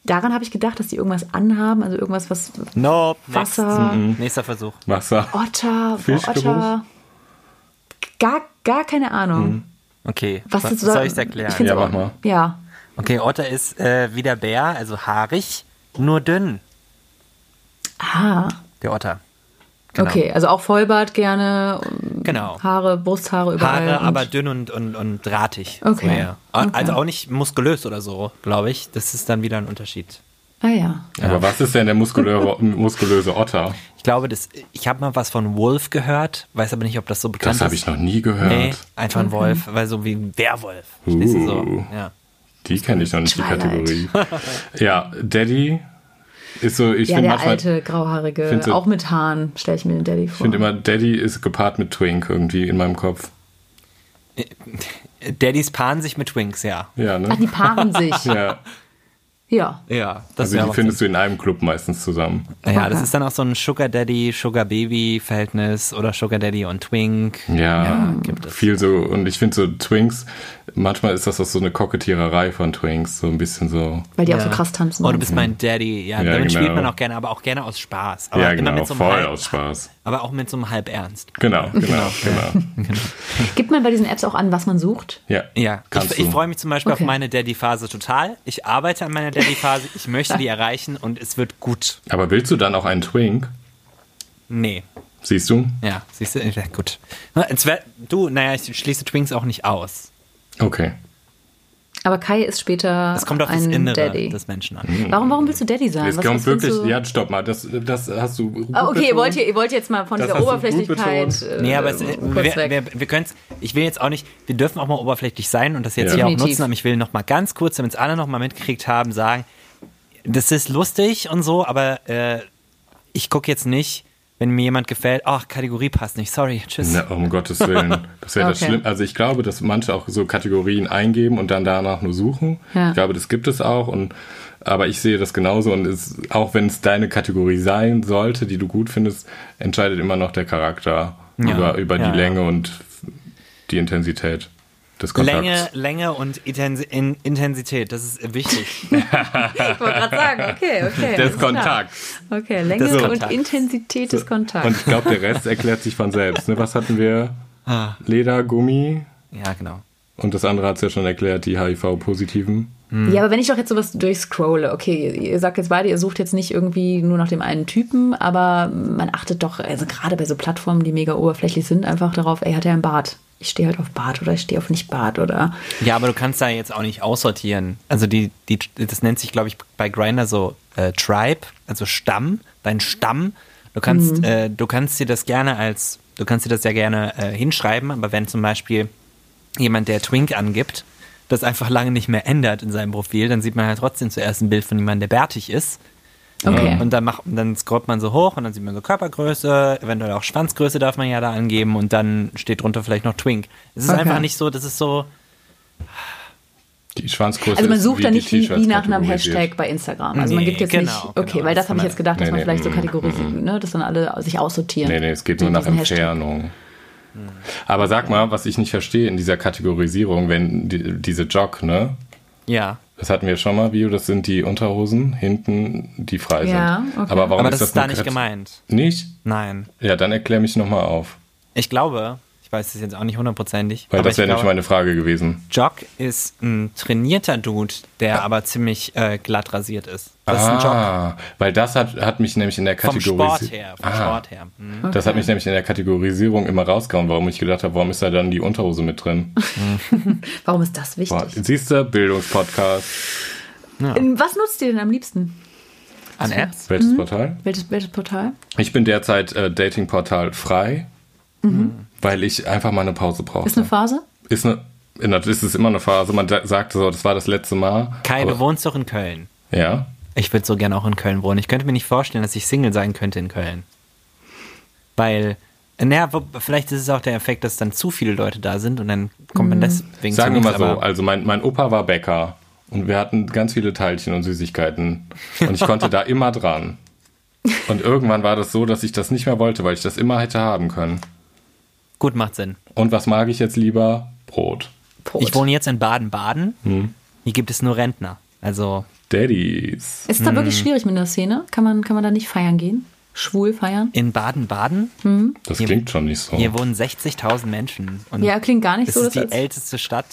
B: daran habe ich gedacht, dass die irgendwas anhaben, also irgendwas, was
C: Nope.
B: Wasser,
C: Next. Nächster Versuch.
A: Wasser.
B: Oh. Otter, boah,
A: Fischgeruch.
B: Otter. Gar, gar keine Ahnung.
A: Mhm.
C: Okay.
B: Was,
C: soll,
B: ist-
C: soll ich erklären?
B: Ich find's
A: Ja,
B: auch-
A: mach mal.
B: Ja.
C: Okay, Otter ist äh, wie der Bär, also haarig, nur dünn.
B: Ah,
C: Der Otter. Genau.
B: okay. Also auch Vollbart gerne.
C: Genau.
B: Haare, Brusthaare überall.
C: Haare,
B: und-
C: aber dünn und, und, und drahtig.
B: Okay.
C: So, ja. A-
B: Okay.
C: Also auch nicht muskulös oder so, glaube ich. Das ist dann wieder ein Unterschied.
B: Ah ja.
A: Aber was ist denn der muskulöre, muskulöse Otter?
C: Ich glaube, das, ich habe mal was von Wolf gehört, weiß aber nicht, ob das so bekannt
A: Das habe
C: ist.
A: ich noch nie gehört.
C: Nee, einfach ein Wolf, weil so wie ein Werwolf. Verstehst du so?
A: Uh.
C: Ja.
A: Die kenne ich noch nicht,
B: Twilight.
A: die Kategorie. Ja, Daddy ist so, ich
B: Ja,
A: finde
B: der
A: manchmal,
B: alte, grauhaarige,
A: find so-
B: auch mit Haaren, stelle ich mir den Daddy
A: ich
B: vor.
A: finde immer, Daddy ist gepaart mit Twink irgendwie in meinem Kopf.
C: Daddys paaren sich mit Twinks, ja.
A: Ja,
B: Ach, die
A: ne?
B: paaren sich. ja.
A: Ja,
C: Ja,
A: also
C: das wäre
A: die
C: auch-
A: findest du in einem Club meistens zusammen.
C: Ja, das
B: Okay.
C: ist dann auch so ein Sugar Daddy, Sugar Baby Verhältnis oder Sugar Daddy und Twink.
A: Ja,
C: gibt es.
A: viel so. Und ich finde so Twinks, manchmal ist das auch so eine Kokettiererei von Twinks, so ein bisschen so.
B: Weil die auch
C: Ja.
B: so krass tanzen.
C: Oh, du bist mein Daddy. Ja,
A: Ja,
C: damit spielt
A: genau.
C: man auch gerne, aber auch gerne aus Spaß. Aber
A: ja,
C: immer
A: genau,
C: mit so einem
A: voll
C: halb,
A: aus Spaß.
C: Aber auch mit so einem halb Ernst.
A: Genau, genau, genau.
B: Gibt man bei diesen Apps auch an, was man sucht?
A: Ja,
C: Ja,
A: kannst
C: ich, ich
A: du.
C: freue mich zum Beispiel
B: Okay.
C: auf meine Daddy-Phase total. Ich arbeite an meiner Daddy-Phase, ich möchte die erreichen und es wird gut.
A: Aber willst du dann auch einen Twink?
C: Nee,
A: Siehst du?
C: ja, siehst du, ja, gut. Es wär, du, naja, ich schließe Twinks auch nicht aus.
A: Okay.
B: Aber Kai ist später
C: Es kommt auf
B: ein
C: das Innere
B: Daddy.
C: des Menschen an.
B: warum, warum willst du Daddy sein?
A: Es
B: Was- was
A: kommt
B: findest
A: wirklich,
B: du-
A: ja, stopp mal, das, das hast du. gut
B: Ah, okay, ihr
A: betont.
B: wollt, ihr, ihr wollt jetzt mal von
A: Das
B: dieser
A: hast du gut
B: Oberflächlichkeit.
A: betont.
B: äh,
C: Nee, aber es, wir,
B: kurz weg.
C: wir, wir können's- ich will jetzt auch nicht, wir dürfen auch mal oberflächlich sein und das jetzt
A: Ja.
C: hier auch
B: Definitiv.
C: nutzen, aber ich will noch mal ganz kurz, damit es alle noch mal mitgekriegt haben, sagen, das ist lustig und so, aber äh, ich gucke jetzt nicht, wenn mir jemand gefällt, ach, Kategorie passt nicht, sorry, tschüss.
A: Na, um Gottes Willen. Das wäre das
B: Okay.
A: schlimm. Also ich glaube, dass manche auch so Kategorien eingeben und dann danach nur suchen.
B: Ja.
A: Ich glaube, das gibt es auch. Und, aber ich sehe das genauso. Und es, auch wenn es deine Kategorie sein sollte, die du gut findest, entscheidet immer noch der Charakter über, über
C: Ja,
A: die
C: ja.
A: Länge und die Intensität des Kontakts.
C: Länge, Länge und Intensi- in Intensität, das ist wichtig.
B: Ich wollte gerade sagen, okay, okay. alles
A: Des
B: klar.
A: Kontakts.
B: Okay, Länge
C: Des
B: und
C: Kontakts.
B: Intensität des
A: Und
B: Kontakts.
A: ich glaube, der Rest erklärt sich von selbst. Ne? Was hatten wir?
C: Ah.
A: Leder, Gummi.
C: ja, genau.
A: Und das andere hat es ja schon erklärt, die HIV-Positiven.
B: Ja, aber wenn ich doch jetzt sowas durchscrolle, okay, ihr sagt jetzt beide, ihr sucht jetzt nicht irgendwie nur nach dem einen Typen, aber man achtet doch, also gerade bei so Plattformen, die mega oberflächlich sind, einfach darauf, ey, hat er einen Bart? Ich stehe halt auf Bart oder ich stehe auf nicht Bart oder.
C: Ja, aber du kannst da jetzt auch nicht aussortieren. Also die, die das nennt sich, glaube ich, bei Grinder so äh, Tribe, also Stamm, dein Stamm. Du kannst,
B: Mhm.
C: äh, du kannst dir das gerne als, du kannst dir das ja gerne äh, hinschreiben, aber wenn zum Beispiel jemand, der Twink angibt, das einfach lange nicht mehr ändert in seinem Profil, dann sieht man halt trotzdem zuerst ein Bild von jemandem, der bärtig ist.
B: Okay.
C: Und dann, macht, und dann scrollt man so hoch und dann sieht man so Körpergröße, eventuell auch Schwanzgröße darf man ja da angeben und dann steht drunter vielleicht noch Twink. Es ist
B: Okay.
C: einfach nicht so, das ist so,
A: Die Schwanzgröße
B: Also man
A: ist
B: sucht
A: wie
B: da
A: die
B: nicht wie, wie
A: T-Shirts
B: nach einem
A: kategorisiert.
B: Hashtag bei Instagram. Also man
C: Nee,
B: gibt jetzt
C: genau,
B: nicht,
C: genau,
B: okay, weil
C: das
B: das habe ich
C: kann
B: jetzt gedacht, dass
A: man-
B: man
A: nee,
B: vielleicht so
A: nee,
B: kategorisieren, ne, dass dann alle sich aussortieren.
A: Nee, nee, es geht nur
B: Die
A: nach
B: diesen Hashtag.
A: Entfernung. Aber sag mal, was ich nicht verstehe in dieser Kategorisierung, wenn die, diese Jog, ne?
C: ja.
A: Das hatten wir schon mal, Bio, das sind die Unterhosen hinten, die frei
B: Ja,
A: sind.
B: okay.
A: Aber warum ist
C: Aber das
A: das
C: ist da
A: eine
C: nicht
A: Kat-
C: gemeint.
A: Nicht?
C: Nein.
A: Ja, dann erklär mich nochmal auf.
C: Ich glaube, ich weiß es jetzt auch nicht hundertprozentig.
A: Weil
C: aber
A: das wäre
C: ich
A: nämlich
C: glaube,
A: meine Frage gewesen.
C: Jock ist ein trainierter Dude, der aber ziemlich äh, glatt rasiert ist. Das ist ein Jock.
A: ah, weil das hat, hat mich nämlich in der
C: Vom
A: Kategorisierung.
C: Sport her.
A: Ah.
C: Vom Sport her. Mhm.
A: Das hat mich nämlich in der Kategorisierung immer rausgehauen, warum ich gedacht habe, warum ist da dann die Unterhose mit drin?
B: Warum ist das wichtig?
A: Boah, siehst du, Bildungspodcast.
B: In- Was nutzt ihr denn am liebsten?
C: An Apps?
B: Mhm.
A: Welches Portal?
B: Welches, welches Portal?
A: Ich bin derzeit äh, Datingportal frei, weil ich einfach mal eine Pause brauche.
B: Mhm. Ist eine Phase?
A: Ist eine- na, das ist immer eine Phase. Man da- sagt so, das war das letzte Mal.
C: Kai,
A: Aber-
C: du wohnst doch in Köln.
A: Ja.
C: Ich würde so gerne auch in Köln wohnen. Ich könnte mir nicht vorstellen, dass ich Single sein könnte in Köln. Weil, naja, wo- vielleicht ist es auch der Effekt, dass dann zu viele Leute da sind und dann kommt man deswegen
A: Sagen wir
C: zu
A: mal
C: nichts,
A: so,
C: aber-
A: also mein, mein Opa war Bäcker und wir hatten ganz viele Teilchen und Süßigkeiten und ich konnte da immer dran. Und irgendwann war das so, dass ich das nicht mehr wollte, weil ich das immer hätte haben können. also-
C: Gut, macht Sinn.
A: Und was mag ich jetzt lieber? Brot.
B: Brot.
C: Ich wohne jetzt in Baden-Baden. Hier gibt es nur Rentner. Also,
A: Daddies.
B: Ist da
A: Hm.
B: wirklich schwierig mit der Szene? Kann man, kann man da nicht feiern gehen? Schwul feiern?
C: In Baden-Baden,
B: Hm.
A: Das
C: Hier-
A: klingt schon nicht so.
C: hier wohnen 60.000 Menschen. Und
B: Ja, klingt gar nicht
C: es
B: so.
C: ist die
B: dass als-
C: älteste Stadt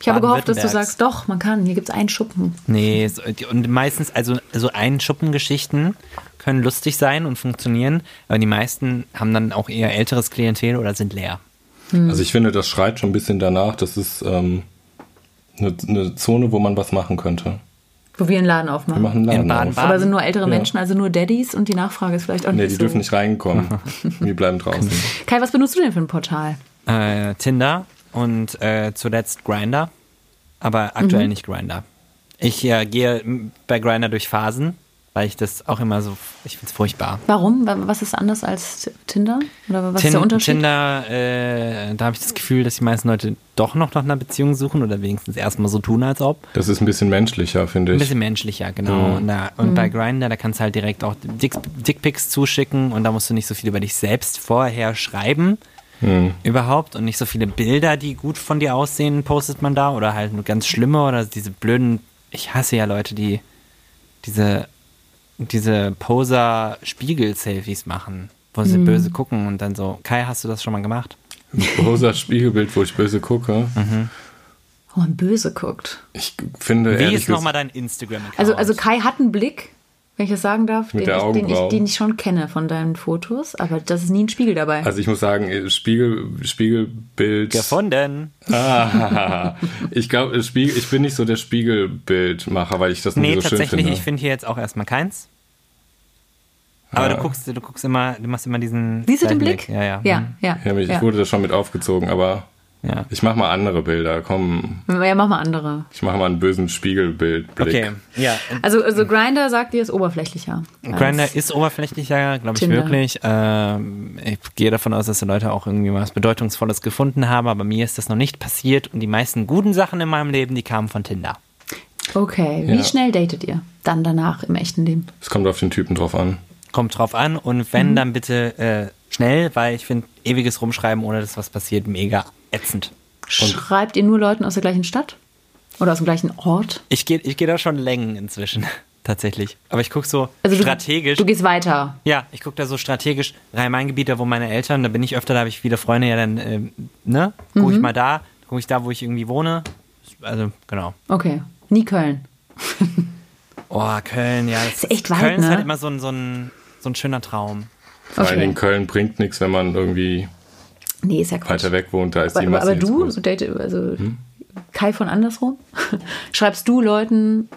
B: Ich habe gehofft, dass du
C: Baden-Württembergs.
B: sagst, doch, man kann, hier gibt es einen Schuppen.
C: Nee, so, die- und meistens, also so ein Schuppengeschichten können lustig sein und funktionieren, aber die meisten haben dann auch eher älteres Klientel oder sind leer. Mhm.
A: Also ich finde, das schreit schon ein bisschen danach. Das ist ähm, eine, eine Zone, wo man was machen könnte.
B: Wo wir einen Laden
A: Wir
B: aufmachen.
A: machen einen Laden
C: In Baden-Baden.
A: auf.
B: Aber sind nur ältere
A: Ja.
B: Menschen, also nur Daddies und die Nachfrage ist vielleicht auch
A: Nee,
B: nicht
A: die
B: so.
A: dürfen nicht reinkommen. Die bleiben draußen.
C: Genau.
B: Kai, was benutzt du denn für ein Portal?
C: Äh, Tinder und äh, zuletzt Grinder, aber aktuell
B: Mhm.
C: nicht Grinder. Ich äh, gehe m, bei Grinder durch Phasen, weil ich das auch immer so, ich finde es furchtbar.
B: Warum? Wa- Was ist anders als Tinder? Oder was ist der
C: Tin-
B: Unterschied?
C: Tinder, äh, da habe ich das Gefühl, dass die meisten Leute doch noch nach einer Beziehung suchen oder wenigstens erstmal so tun, als ob.
A: Das ist ein bisschen menschlicher, finde
C: Ein
A: ich.
C: bisschen menschlicher, genau. Und, da, und
B: Mhm.
C: bei Grindr, da kannst du halt direkt auch Dick, Dickpics zuschicken und da musst du nicht so viel über dich selbst vorher schreiben. Überhaupt und nicht so viele Bilder, die gut von dir aussehen, postet man da oder halt nur ganz schlimme oder diese blöden. Ich hasse ja Leute, die diese, diese Poser-Spiegel-Selfies machen, wo
B: Mhm.
C: sie böse gucken und dann so: Kai, hast du das schon mal gemacht?
A: Rosa Spiegelbild, wo ich böse gucke.
C: Mhm.
B: Oh, man böse guckt.
A: Ich finde
C: Wie
A: ehrlich
C: ist nochmal
A: gesagt-
C: dein Instagram-Account?
B: Also, also Kai hat einen Blick, wenn ich das sagen darf,
A: Mit
B: den,
A: der
B: ich, den, ich,
A: Augenbraue.
B: den ich schon kenne von deinen Fotos, aber das ist nie ein Spiegel dabei.
A: also ich muss sagen, Spiegel, Spiegelbild.
C: gefunden?
A: Ah, ich glaube, Spiegel, ich bin nicht so der Spiegelbildmacher, weil ich das nicht
C: Nee,
A: so schön
C: tatsächlich,
A: finde.
C: ich finde hier jetzt auch erstmal keins. Aber
A: Ja.
C: du guckst, du guckst immer, du machst immer diesen.
B: Siehst du den
C: gleichen
B: Blick?
C: Ja, ja.
B: Ja,
C: Mhm.
B: ja.
A: ja, mich,
B: ja.
A: Ich wurde da schon mit aufgezogen, aber
C: ja.
A: ich mache mal andere Bilder. Komm,
B: ja, mach mal andere.
A: ich mache mal einen bösen Spiegelbildblick.
C: Okay, ja.
B: Also, also Grinder sagt dir, ist oberflächlicher. als-
C: Grinder ist oberflächlicher, glaube ich
B: Tinder.
C: wirklich. Ähm, ich gehe davon aus, dass die Leute auch irgendwie was Bedeutungsvolles gefunden haben, aber mir ist das noch nicht passiert und die meisten guten Sachen in meinem Leben, die kamen von Tinder.
B: Okay, wie
A: Ja.
B: schnell datet ihr? Dann danach im echten Leben.
A: Es kommt auf den Typen drauf an.
C: Kommt drauf an und
B: Mhm.
C: wenn, dann bitte äh, schnell, weil ich finde ewiges Rumschreiben, ohne dass was passiert, mega ätzend.
B: Schreibt ihr nur Leuten aus der gleichen Stadt? Oder aus dem gleichen Ort?
C: Ich gehe ich geh da schon Längen inzwischen, tatsächlich. Aber ich gucke so
B: Also du-
C: strategisch.
B: Du gehst weiter.
C: ja, ich gucke da so strategisch. Rhein-Main-Gebiet, da wo meine Eltern, da bin ich öfter, da habe ich viele Freunde, ja dann, ähm, ne? Gucke
B: Mhm.
C: ich mal da, gucke ich da, wo ich irgendwie wohne. Also, genau.
B: Okay. Nie Köln.
C: Oh, Köln, ja. Das
B: Ist echt weit,
C: Köln ist
B: ne?
C: halt immer so ein, so ein, so ein schöner Traum.
A: Vor allen
B: Okay.
A: Dingen Köln bringt nichts, wenn man irgendwie
B: Nee, ist ja Quatsch.
A: weiter weg wohnt. Da ist
B: aber,
A: die
B: aber,
A: Masse
B: aber
A: nicht so
B: du,
A: groß.
B: so date, also
A: Hm?
B: Kai von andersrum, schreibst du Leuten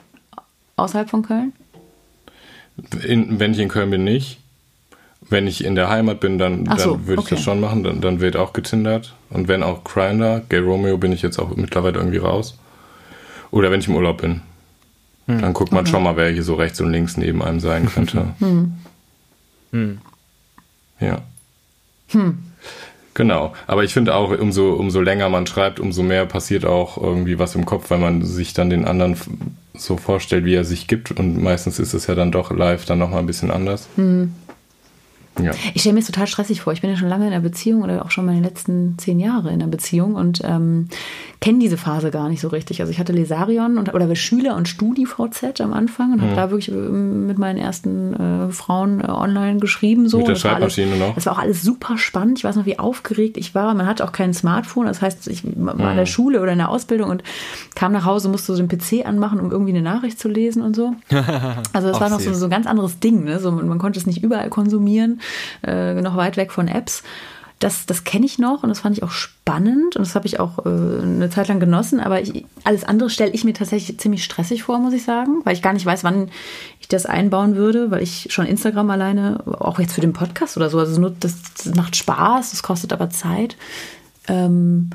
B: außerhalb von Köln?
A: in, wenn ich in Köln bin, nicht. Wenn ich in der Heimat bin, dann,
B: Ach
A: dann
B: so,
A: würde ich
B: okay.
A: das schon machen. Dann, dann wird auch getindert. Und wenn auch Grinder, Gay Romeo bin ich jetzt auch mittlerweile irgendwie raus. Oder wenn ich im Urlaub bin. Dann guckt man schon mal, wer hier so rechts und links neben einem sein könnte.
B: Hm.
A: Ja. Genau. Aber ich finde auch, umso, umso länger man schreibt, umso mehr passiert auch irgendwie was im Kopf, weil man sich dann den anderen f- so vorstellt, wie er sich gibt. Und meistens ist es ja dann doch live dann nochmal ein bisschen anders.
B: Hm.
A: Ja.
B: Ich stelle mir das total stressig vor. Ich bin ja schon lange in einer Beziehung oder auch schon meine letzten zehn Jahre in einer Beziehung und ähm, kenne diese Phase gar nicht so richtig. Also ich hatte Lesarion und, oder Schüler und StudiVZ am Anfang
A: Mhm.
B: und habe da wirklich ähm, mit meinen ersten äh, Frauen äh, online geschrieben. So.
A: Mit der
B: Und das war alles-
A: Schreibmaschine noch?
B: Das war auch alles super spannend. Ich weiß noch, wie aufgeregt ich war. Man hatte auch kein Smartphone. Das heißt, ich war in
A: Mhm.
B: der Schule oder in der Ausbildung und kam nach Hause, musste so den PC anmachen, um irgendwie eine Nachricht zu lesen und so. Also es war noch so,
C: süß.
B: so ein ganz anderes Ding. Ne? So, man man konnte es nicht überall konsumieren, äh, noch weit weg von Apps. Das, das kenne ich noch und das fand ich auch spannend und das habe ich auch äh, eine Zeit lang genossen. Aber ich, alles andere stelle ich mir tatsächlich ziemlich stressig vor, muss ich sagen, weil ich gar nicht weiß, wann ich das einbauen würde, weil ich schon Instagram alleine, auch jetzt für den Podcast oder so, also nur, das, das macht Spaß, das kostet aber Zeit. Ähm,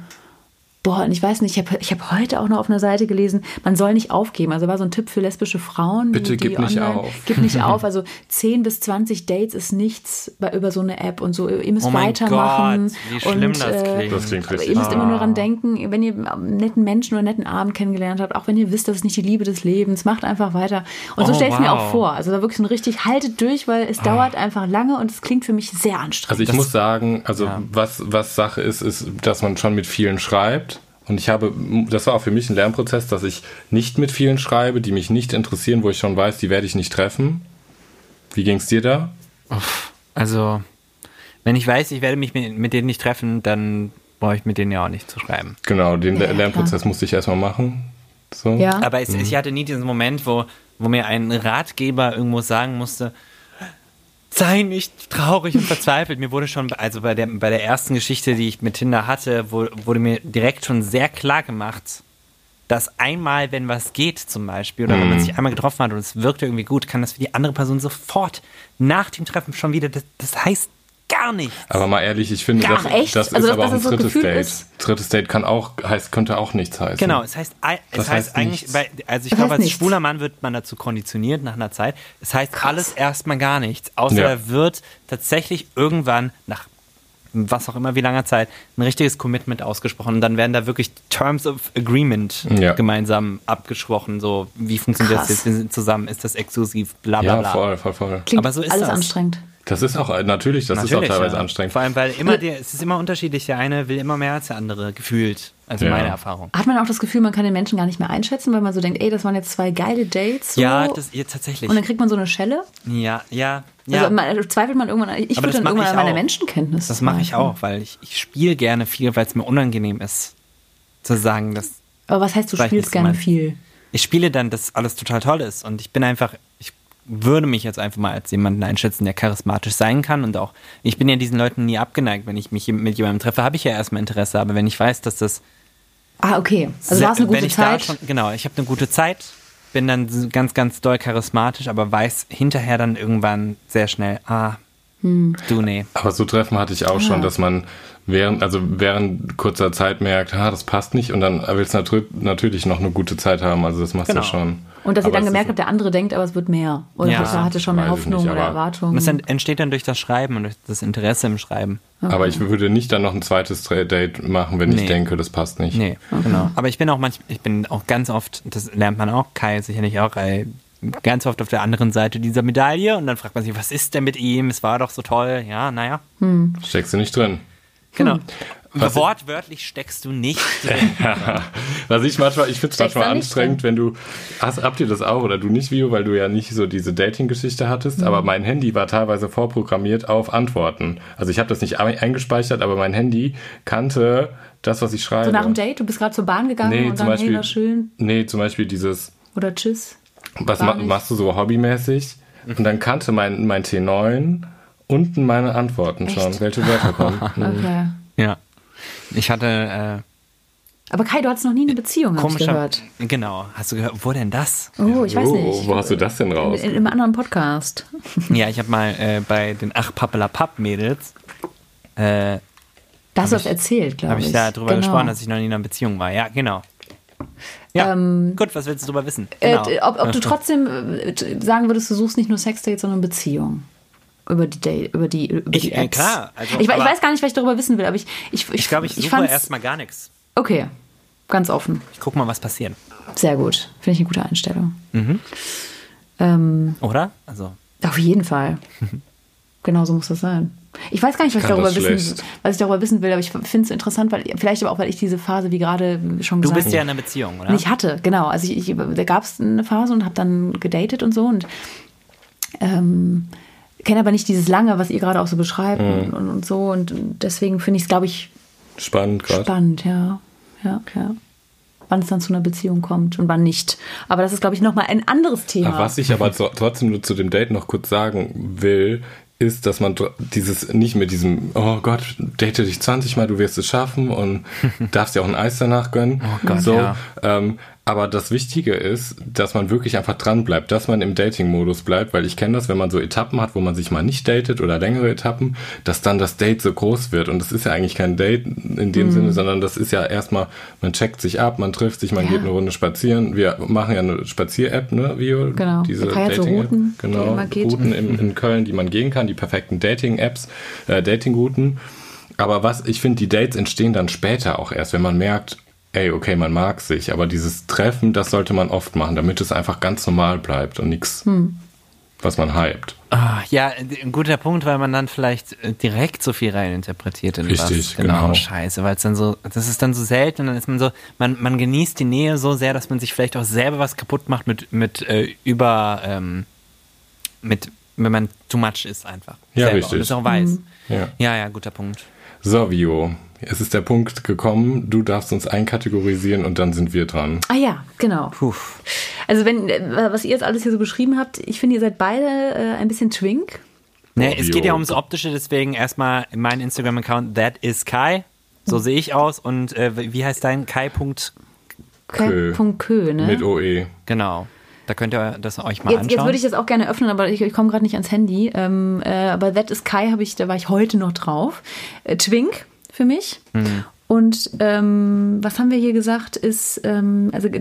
B: Boah, und ich weiß nicht, ich habe ich hab heute auch noch auf einer Seite gelesen, man soll nicht aufgeben. Also war so ein Tipp für lesbische Frauen.
A: Bitte
B: die, die
A: gib nicht
B: online-
A: auf.
B: Gib nicht auf. Also 10 bis 20 Dates ist nichts bei, über so eine App und so. Ihr müsst
C: Oh mein
B: weitermachen.
C: Gott, wie schlimm
B: und,
C: das
B: äh,
C: klingt.
A: Das klingt
B: aber
A: richtig.
B: ihr müsst
A: Ah.
B: immer nur daran denken, wenn ihr einen netten Menschen oder einen netten Abend kennengelernt habt, auch wenn ihr wisst, das ist nicht die Liebe des Lebens, macht einfach weiter. Und so
C: Oh,
B: stelle ich es mir
C: wow. Ah.
B: auch vor. Also da wirklich so ein richtig, haltet durch, weil es dauert einfach lange und es klingt für mich sehr anstrengend.
A: Also ich muss sagen, also was, was Sache ist, ist, dass man schon mit vielen schreibt. Und ich habe, das war auch für mich ein Lernprozess, dass ich nicht mit vielen schreibe, die mich nicht interessieren, wo ich schon weiß, die werde ich nicht treffen. Wie ging es dir da?
C: Also, wenn ich weiß, ich werde mich mit, mit denen nicht treffen, dann brauche ich mit denen ja auch nicht zu schreiben.
A: Genau, den
B: Ja, ja,
A: Lernprozess musste ich erstmal machen. So.
B: Ja.
C: Aber es, ich hatte nie diesen Moment, wo, wo mir ein Ratgeber irgendwo sagen musste, sei nicht traurig und verzweifelt. Mir wurde schon, also bei der, bei der ersten Geschichte, die ich mit Tinder hatte, wo, wurde mir direkt schon sehr klar gemacht, dass einmal, wenn was geht zum Beispiel, oder wenn man sich einmal getroffen hat und es wirkte irgendwie gut, kann das für die andere Person sofort nach dem Treffen schon wieder, das, das heißt gar nichts.
A: Aber mal ehrlich, ich finde,
B: Ach,
A: das,
B: echt?
A: das ist
B: Also, dass
A: aber auch
B: das
A: ein
B: so ein
A: drittes
B: Gefühl
A: Date.
B: ist?
A: Drittes Date kann auch, heißt, könnte auch nichts heißen.
C: Genau, es heißt, ei- es
A: Das
C: heißt,
A: heißt
C: eigentlich,
A: nichts.
C: weil, also ich
B: Das
C: glaube,
B: heißt
C: als
B: nichts.
C: schwuler Mann wird man dazu konditioniert nach einer Zeit. Es heißt alles erstmal gar nichts, außer
A: Ja.
C: da wird tatsächlich irgendwann nach was auch immer wie langer Zeit ein richtiges Commitment ausgesprochen und dann werden da wirklich Terms of Agreement
A: Ja.
C: gemeinsam abgesprochen, so wie funktioniert
B: Krass.
C: das jetzt, wir sind zusammen, ist das exklusiv, bla bla
A: Ja,
C: bla.
A: voll, voll, voll.
B: Klingt
C: aber so ist
B: alles
C: das.
B: anstrengend.
A: Das ist auch, äh, natürlich, das ist auch teilweise
C: ja.
A: anstrengend.
C: Vor allem, weil immer der, es ist immer unterschiedlich, der eine will immer mehr als der andere, gefühlt. Also
A: Ja.
C: meine Erfahrung.
B: Hat man auch das Gefühl, man kann den Menschen gar nicht mehr einschätzen, weil man so denkt, ey, das waren jetzt zwei geile Dates. So.
C: Ja, das, ja, tatsächlich.
B: und dann kriegt man so eine Schelle.
C: Ja, ja, ja.
B: Also man, zweifelt man irgendwann. an- Ich würde
C: Aber das
B: dann
C: mach
B: irgendwann
C: ich
B: an meiner
C: auch.
B: Menschenkenntnis.
C: Das mache ich
B: zweifeln.
C: auch, weil ich, ich spiele gerne viel, weil es mir unangenehm ist, zu sagen, dass
B: Aber was heißt, du
C: Vielleicht
B: spielst
C: nicht
B: gerne
C: gemeint.
B: viel?
C: ich spiele dann, dass alles total toll ist. Und ich bin einfach, ich würde mich jetzt einfach mal als jemanden einschätzen, der charismatisch sein kann und auch, ich bin ja diesen Leuten nie abgeneigt. Wenn ich mich mit jemandem treffe, habe ich ja erstmal Interesse, aber wenn ich weiß, dass das
B: Ah, okay. Also war es eine
C: wenn
B: gute
C: ich da
B: Zeit.
C: schon- genau, ich habe eine gute Zeit, bin dann so ganz, ganz doll charismatisch, aber weiß hinterher dann irgendwann sehr schnell, ah,
B: Hm.
C: du nee.
A: Aber so Treffen hatte ich auch
B: Ah.
A: schon, dass man während, also während kurzer Zeit merkt, ah, das passt nicht und dann willst du natr- natürlich noch eine gute Zeit haben, also das machst
C: Genau.
A: du schon.
B: Und dass ihr
A: Aber
B: dann
A: es
B: gemerkt
A: ist-
B: habt, der andere denkt, aber es wird mehr. Oder
C: Ja.
B: ja, hatte schon mehr
A: Weiß ich nicht,
B: Hoffnung oder
A: aber-
B: Erwartung.
C: Und das ent- entsteht dann durch das Schreiben und durch das Interesse im Schreiben.
A: Aber ich würde nicht dann noch ein zweites Tra- Date machen, wenn
C: Nee.
A: ich denke, das passt nicht.
C: Nee, genau. Aber ich bin auch manchmal, ich bin auch ganz oft, das lernt man auch, Kai sicherlich auch, Kai, ganz oft auf der anderen Seite dieser Medaille und dann fragt man sich, was ist denn mit ihm? Es war doch so toll. Ja, naja.
B: Hm.
A: Steckst du nicht drin.
C: Genau.
A: Was-
C: Wortwörtlich steckst du nicht drin.
A: Was ich manchmal, ich finde es
B: Steckst
A: manchmal
B: da nicht
A: anstrengend, wenn du, hast, habt ihr das auch oder du nicht, Vio, weil du ja nicht so diese Dating-Geschichte hattest, aber
B: Mhm.
A: mein Handy war teilweise vorprogrammiert auf Antworten. Also ich habe das nicht ein- eingespeichert, aber mein Handy kannte das, was ich schreibe.
B: so
C: also-
B: nach dem Date, du bist gerade zur Bahn gegangen
A: Nee,
B: und
A: zum
B: dann, hey,
A: Beispiel,
B: war schön.
A: nee, zum Beispiel dieses,
B: Oder tschüss.
A: was
B: Gar
A: ma
B: nicht. Mhm.
A: machst du so hobbymäßig? Und dann kannte mein, mein T9 unten meine Antworten schon, welche Wörter kommen.
B: Okay.
C: ja. Ich
B: äh,
C: hatte
B: Aber Kai, du hattest noch nie eine Beziehung,
C: äh,
B: hab ich
C: komischer.
B: gehört.
C: Genau. Hast du gehört? Wo denn das?
B: Oh, ich weiß
A: Oh,
B: nicht.
A: wo hast du das denn raus?
B: In, in einem anderen Podcast.
C: Ja, ich habe mal äh, bei den Ach Pappela Papp Mädels
B: Da
C: äh,
B: hast du was erzählt, glaube
C: habe
B: ich.
C: ich da drüber
B: Genau.
C: gesprochen, dass ich noch nie in einer Beziehung war. Ja, genau. Ja, gut, was willst du drüber wissen?
B: Ähm, Äh,
C: Genau.
B: d- ob, ob du trotzdem äh, t- sagen würdest, du suchst nicht nur Sexdates, sondern Beziehungen. Über die Date, über die, über
C: Ich-
B: die
C: äh,
B: Apps.
C: klar, also,
B: ich, we- ich
C: aber-
B: weiß gar nicht, was ich darüber wissen will, aber ich, ich, ich,
C: Ich glaube, ich suche
B: fand's-
C: erstmal gar nichts.
B: Okay, ganz offen.
C: Ich guck mal, was passiert.
B: Sehr gut. Finde ich eine gute Einstellung.
C: Mhm.
B: Ähm,
C: Oder? Also,
B: auf jeden Fall. genau so muss das sein. Ich weiß gar nicht, was ich,
A: kann
B: darüber
A: das
B: wissen,
A: schlecht.
B: was ich darüber wissen will, aber ich finde es interessant, weil vielleicht aber auch, weil ich diese Phase, wie gerade schon
C: du
B: gesagt
C: bist ja in einer Beziehung, oder?
B: Ich hatte, genau. Also ich, ich, da gab es eine Phase und habe dann gedatet und so und ähm, kenne aber nicht dieses lange, was ihr gerade auch so beschreibt
A: Mhm.
B: und, und, und so. Und deswegen finde ich es, glaube ich,
A: Spannend gerade.
B: spannend, ja. Ja, ja. Wann es dann zu einer Beziehung kommt und wann nicht. Aber das ist, glaube ich, nochmal ein anderes Thema.
A: Was ich aber tro- trotzdem nur zu dem Date noch kurz sagen will, ist, dass man tr- dieses nicht mit diesem, oh Gott, date dich 20 Mal, du wirst es schaffen und darfst dir auch ein Eis danach gönnen. Oh
C: Gott,
A: so.
C: ja.
A: ähm, aber das Wichtige ist, dass man wirklich einfach dran bleibt, dass man im Dating-Modus bleibt, weil ich kenne das, wenn man so Etappen hat, wo man sich mal nicht datet oder längere Etappen, dass dann das Date so groß wird. Und das ist ja eigentlich kein Date in dem Sinne, sondern das ist ja erstmal, man checkt sich ab, man trifft sich, man
B: Ja.
A: geht eine Runde spazieren. Wir machen ja eine Spazier-App, ne, Vio?
B: Genau.
A: Diese
B: Man kann ja so
A: Dating-App.
B: Routen, die
A: genau.
B: man geht.
A: Routen in, in Köln, die man gehen kann, die perfekten Dating-Apps, äh, Dating-Routen. Aber was, ich finde, die Dates entstehen dann später auch erst, wenn man merkt, ey, okay, man mag sich, aber dieses Treffen, das sollte man oft machen, damit es einfach ganz normal bleibt und nichts,
B: Hm.
A: was man hypt.
C: Ah, ja, d- ein guter Punkt, weil man dann vielleicht äh, direkt so viel reininterpretiert in was.
A: Richtig, genau.
C: Scheiße, weil es dann so, das ist dann so selten und dann ist man so, man, man genießt die Nähe so sehr, dass man sich vielleicht auch selber was kaputt macht mit, mit äh, über, ähm, mit, wenn man too much ist einfach.
A: Ja,
C: selber.
A: richtig. Mhm.
C: Und das auch weiß.
A: Ja.
C: ja, ja, guter Punkt.
A: So, Vio, es ist der Punkt gekommen, du darfst uns einkategorisieren und dann sind wir dran.
B: Ah ja, genau. Also wenn, äh, was ihr jetzt alles hier so beschrieben habt, ich finde, ihr seid beide äh, ein bisschen twink.
C: Ne, es
A: Bio.
C: geht ja ums Optische, deswegen erstmal mein Instagram-Account, that is Kai.
A: Mhm.
C: So sehe ich aus. Und äh, wie- wie heißt dein Kai. Punkt?
A: Kö.
B: Punkt Kö, ne?
A: Mit E, OE.
C: Genau. Da könnt ihr das euch mal
B: Jetzt,
C: anschauen.
B: jetzt würde ich das auch gerne öffnen, aber ich, ich komme gerade nicht ans Handy. Ähm, äh, aber That is Kai habe ich, da war ich heute noch drauf. Äh, Twink für mich. Und ähm, was haben wir hier gesagt? Ist ähm, also äh,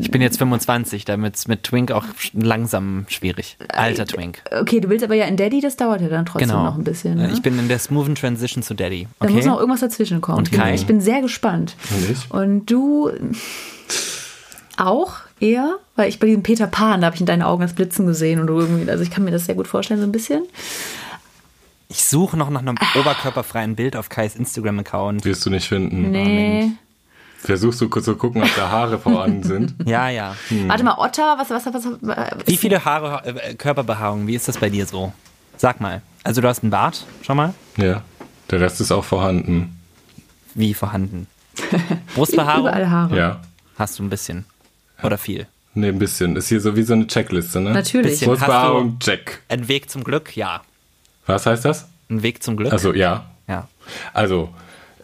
C: Ich bin jetzt 25, damit es mit Twink auch sch- langsam schwierig.
B: Äh,
C: Alter Twink.
B: okay, du willst aber ja in Daddy, das dauert ja dann trotzdem
C: Genau.
B: noch ein bisschen. Ne?
C: Ich bin in der smoothen Transition zu Daddy.
B: da
C: Okay.
B: muss noch irgendwas dazwischen kommen.
C: Und Kai?
B: Ich bin sehr gespannt.
A: Und ich?
B: Und du auch eher, weil ich bei diesem Peter Pan, da habe ich in deinen Augen das Blitzen gesehen und du irgendwie, also ich kann mir das sehr gut vorstellen, so ein bisschen.
C: ich suche noch nach einem
B: Ah.
C: oberkörperfreien Bild auf Kais Instagram-Account.
A: Wirst du nicht finden.
B: Nee.
A: Versuchst du kurz zu gucken, ob da Haare voran sind.
C: Ja, ja.
B: Äh, Warte mal, Otter, was, was, was, was
C: Wie viele Haare, äh, Körperbehaarung, wie ist das bei dir so? Sag mal. Also du hast einen Bart, schon mal?
A: Ja. Der Rest ist auch vorhanden.
C: Wie vorhanden?
B: Überall
C: Brustbehaarung
B: Haare.
A: Ja.
C: hast du ein bisschen. Oder viel.
A: Nee, ein bisschen. Ist hier so wie so eine Checkliste, ne?
B: Natürlich.
C: Bisschen.
A: Brustbehaarung, check.
C: Ein Weg zum Glück, ja.
A: Was heißt das?
C: Ein Weg zum Glück.
A: Also ja.
C: ja.
A: Also,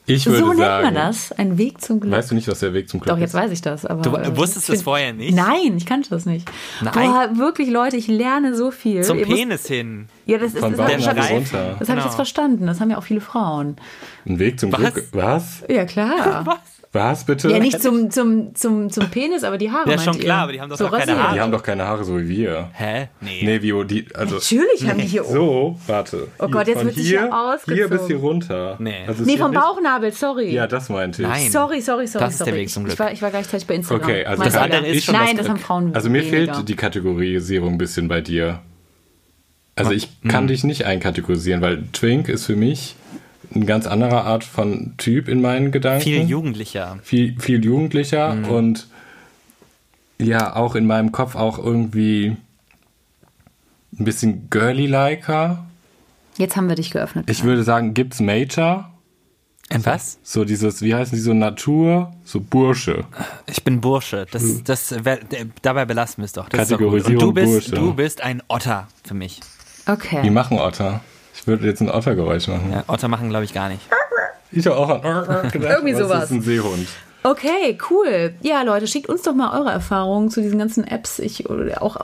A: ich
B: So
A: würde
B: nennt
A: sagen.
B: man das. Ein Weg zum Glück.
A: Weißt du nicht, was der Weg zum Glück
B: Doch, jetzt
A: ist?
B: weiß ich das. Aber,
C: Du
B: äh, ich
C: wusstest es
B: find-
C: vorher nicht?
B: Nein, ich kannte das nicht.
C: Nein.
B: Boah, wirklich, Leute, ich lerne so viel.
C: Zum
B: Ihr wisst-
C: Penis hin.
B: Ja, das ist
A: Von
B: das hab
A: Baum
B: ich- das
C: Streifen.
A: nach
B: habe ich,
A: runter.
B: das hab ich
C: Genau.
B: jetzt verstanden. Das haben ja auch viele Frauen.
A: Ein Weg zum
C: Was?
A: Glück. Was?
B: Ja, klar.
A: Was bitte?
B: Ja, nicht zum, zum, zum, zum Penis, aber die Haare.
C: Ja, schon
B: meint ihr.
C: klar, aber die haben doch
B: so
C: auch keine
B: rasiert.
C: Haare.
A: Die haben doch keine Haare so wie wir.
C: Hä? Nee.
A: Nee, Vio, die, also
B: Natürlich haben die hier um. oben.
A: so, warte.
B: Oh Gott, jetzt
A: von
B: wird sich
A: hier,
B: hier ausgezogen.
A: Hier bis hier runter.
C: Nee.
A: Also ist
B: Nee,
A: hier
B: vom
A: nicht-
B: Bauchnabel, sorry.
A: Ja, das meinte ich.
C: Nein.
B: Sorry, sorry, sorry.
C: Das ist der
B: sorry.
C: Weg zum
B: Ich
C: Glück.
B: war, ich war gleichzeitig bei Instagram.
A: Okay, also
B: Mein
A: das
B: Fehler.
A: andere ist
C: schon das
B: Nein, das
C: Glück.
B: haben Frauen
A: Also mir
B: weniger.
A: fehlt die Kategorisierung ein bisschen bei dir. Also ich kann
C: Mhm.
A: dich nicht einkategorisieren, weil Twink ist für mich eine ganz andere Art von Typ in meinen Gedanken.
C: Viel Mhm. jugendlicher.
A: viel, viel jugendlicher und ja, auch in meinem Kopf auch irgendwie ein bisschen girly-liker.
B: Jetzt haben wir dich geöffnet.
A: Ich würde sagen, gibt's Major?
C: was?
A: So dieses, wie heißen die so, Natur, so Bursche.
C: Ich bin Bursche. Das, das, wär- d- dabei belassen wir es doch. Das ist doch gut. Und du
A: Hm. Kategorisierung
C: bist,
A: Bursche.
C: du bist ein Otter für mich.
B: Okay.
A: Die machen Otter. Ich würde jetzt ein Ottergeräusch machen.
C: Ja, Otter machen, glaube ich, gar nicht.
A: Ich habe auch an gedacht,
B: Irgendwie
A: aber es
B: sowas.
A: ist ein Seehund.
B: Okay, cool. Ja, Leute, schickt uns doch mal eure Erfahrungen zu diesen ganzen Apps. Ich oder auch,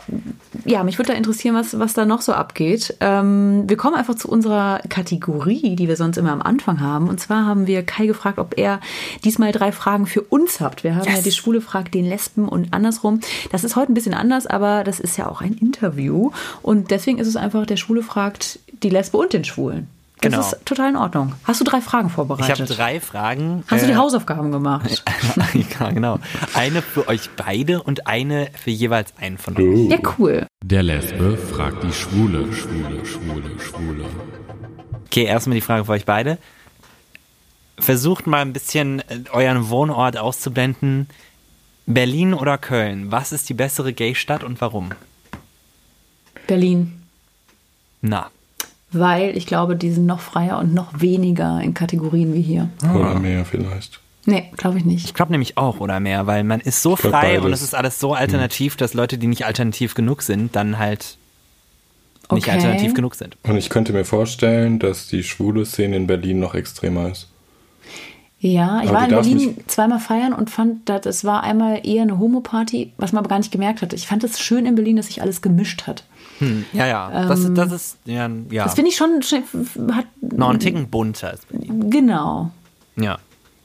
B: ja, mich würde da interessieren, was, was da noch so abgeht. Ähm, wir kommen einfach zu unserer Kategorie, die wir sonst immer am Anfang haben. Und zwar haben wir Kai gefragt, ob er diesmal drei Fragen für uns habt. Wir haben ja die Schwule fragt den Lesben und andersrum. Das ist heute ein bisschen anders, aber das ist ja auch ein Interview. Und deswegen ist es einfach, der Schwule fragt die Lesbe und den Schwulen. Das
C: Genau.
B: ist total in Ordnung. Hast du drei Fragen
C: Ich
B: vorbereitet?
C: habe drei Fragen.
B: Hast du die
C: äh,
B: Hausaufgaben gemacht?
C: ja, genau. Eine für euch beide und eine für jeweils einen von euch.
B: Ja, cool.
E: Der Lesbe fragt die Schwule, Schwule, Schwule, Schwule.
C: Okay, erstmal die Frage für euch beide. Versucht mal ein bisschen äh, euren Wohnort auszublenden. Berlin oder Köln? Was ist die bessere Gay-Stadt und warum?
B: Berlin.
C: Na,
B: Weil ich glaube, die sind noch freier und noch weniger in Kategorien wie hier.
A: Ah. Oder mehr vielleicht.
B: Nee, glaube ich nicht.
C: ich glaube nämlich auch oder mehr, weil man ist so
A: glaub,
C: frei und
A: beides.
C: es ist alles so alternativ, dass Leute, die nicht alternativ genug sind, dann halt nicht
B: Okay.
C: alternativ genug sind.
A: Und ich könnte mir vorstellen, dass die schwule Szene in Berlin noch extremer ist.
B: Ja, ich
A: Aber
B: war in
A: du darfst
B: Berlin zweimal feiern und fand, dass es war einmal eher eine Homo-Party, was man aber gar nicht gemerkt hat. Ich fand es schön in Berlin, dass sich alles gemischt hat.
C: Hm, Ja, ja. Das, das ist, ja, ja.
B: Das finde ich schon, schon- hat,
C: noch einen Ticken bunter. als Berlin.
B: genau.
C: Ja.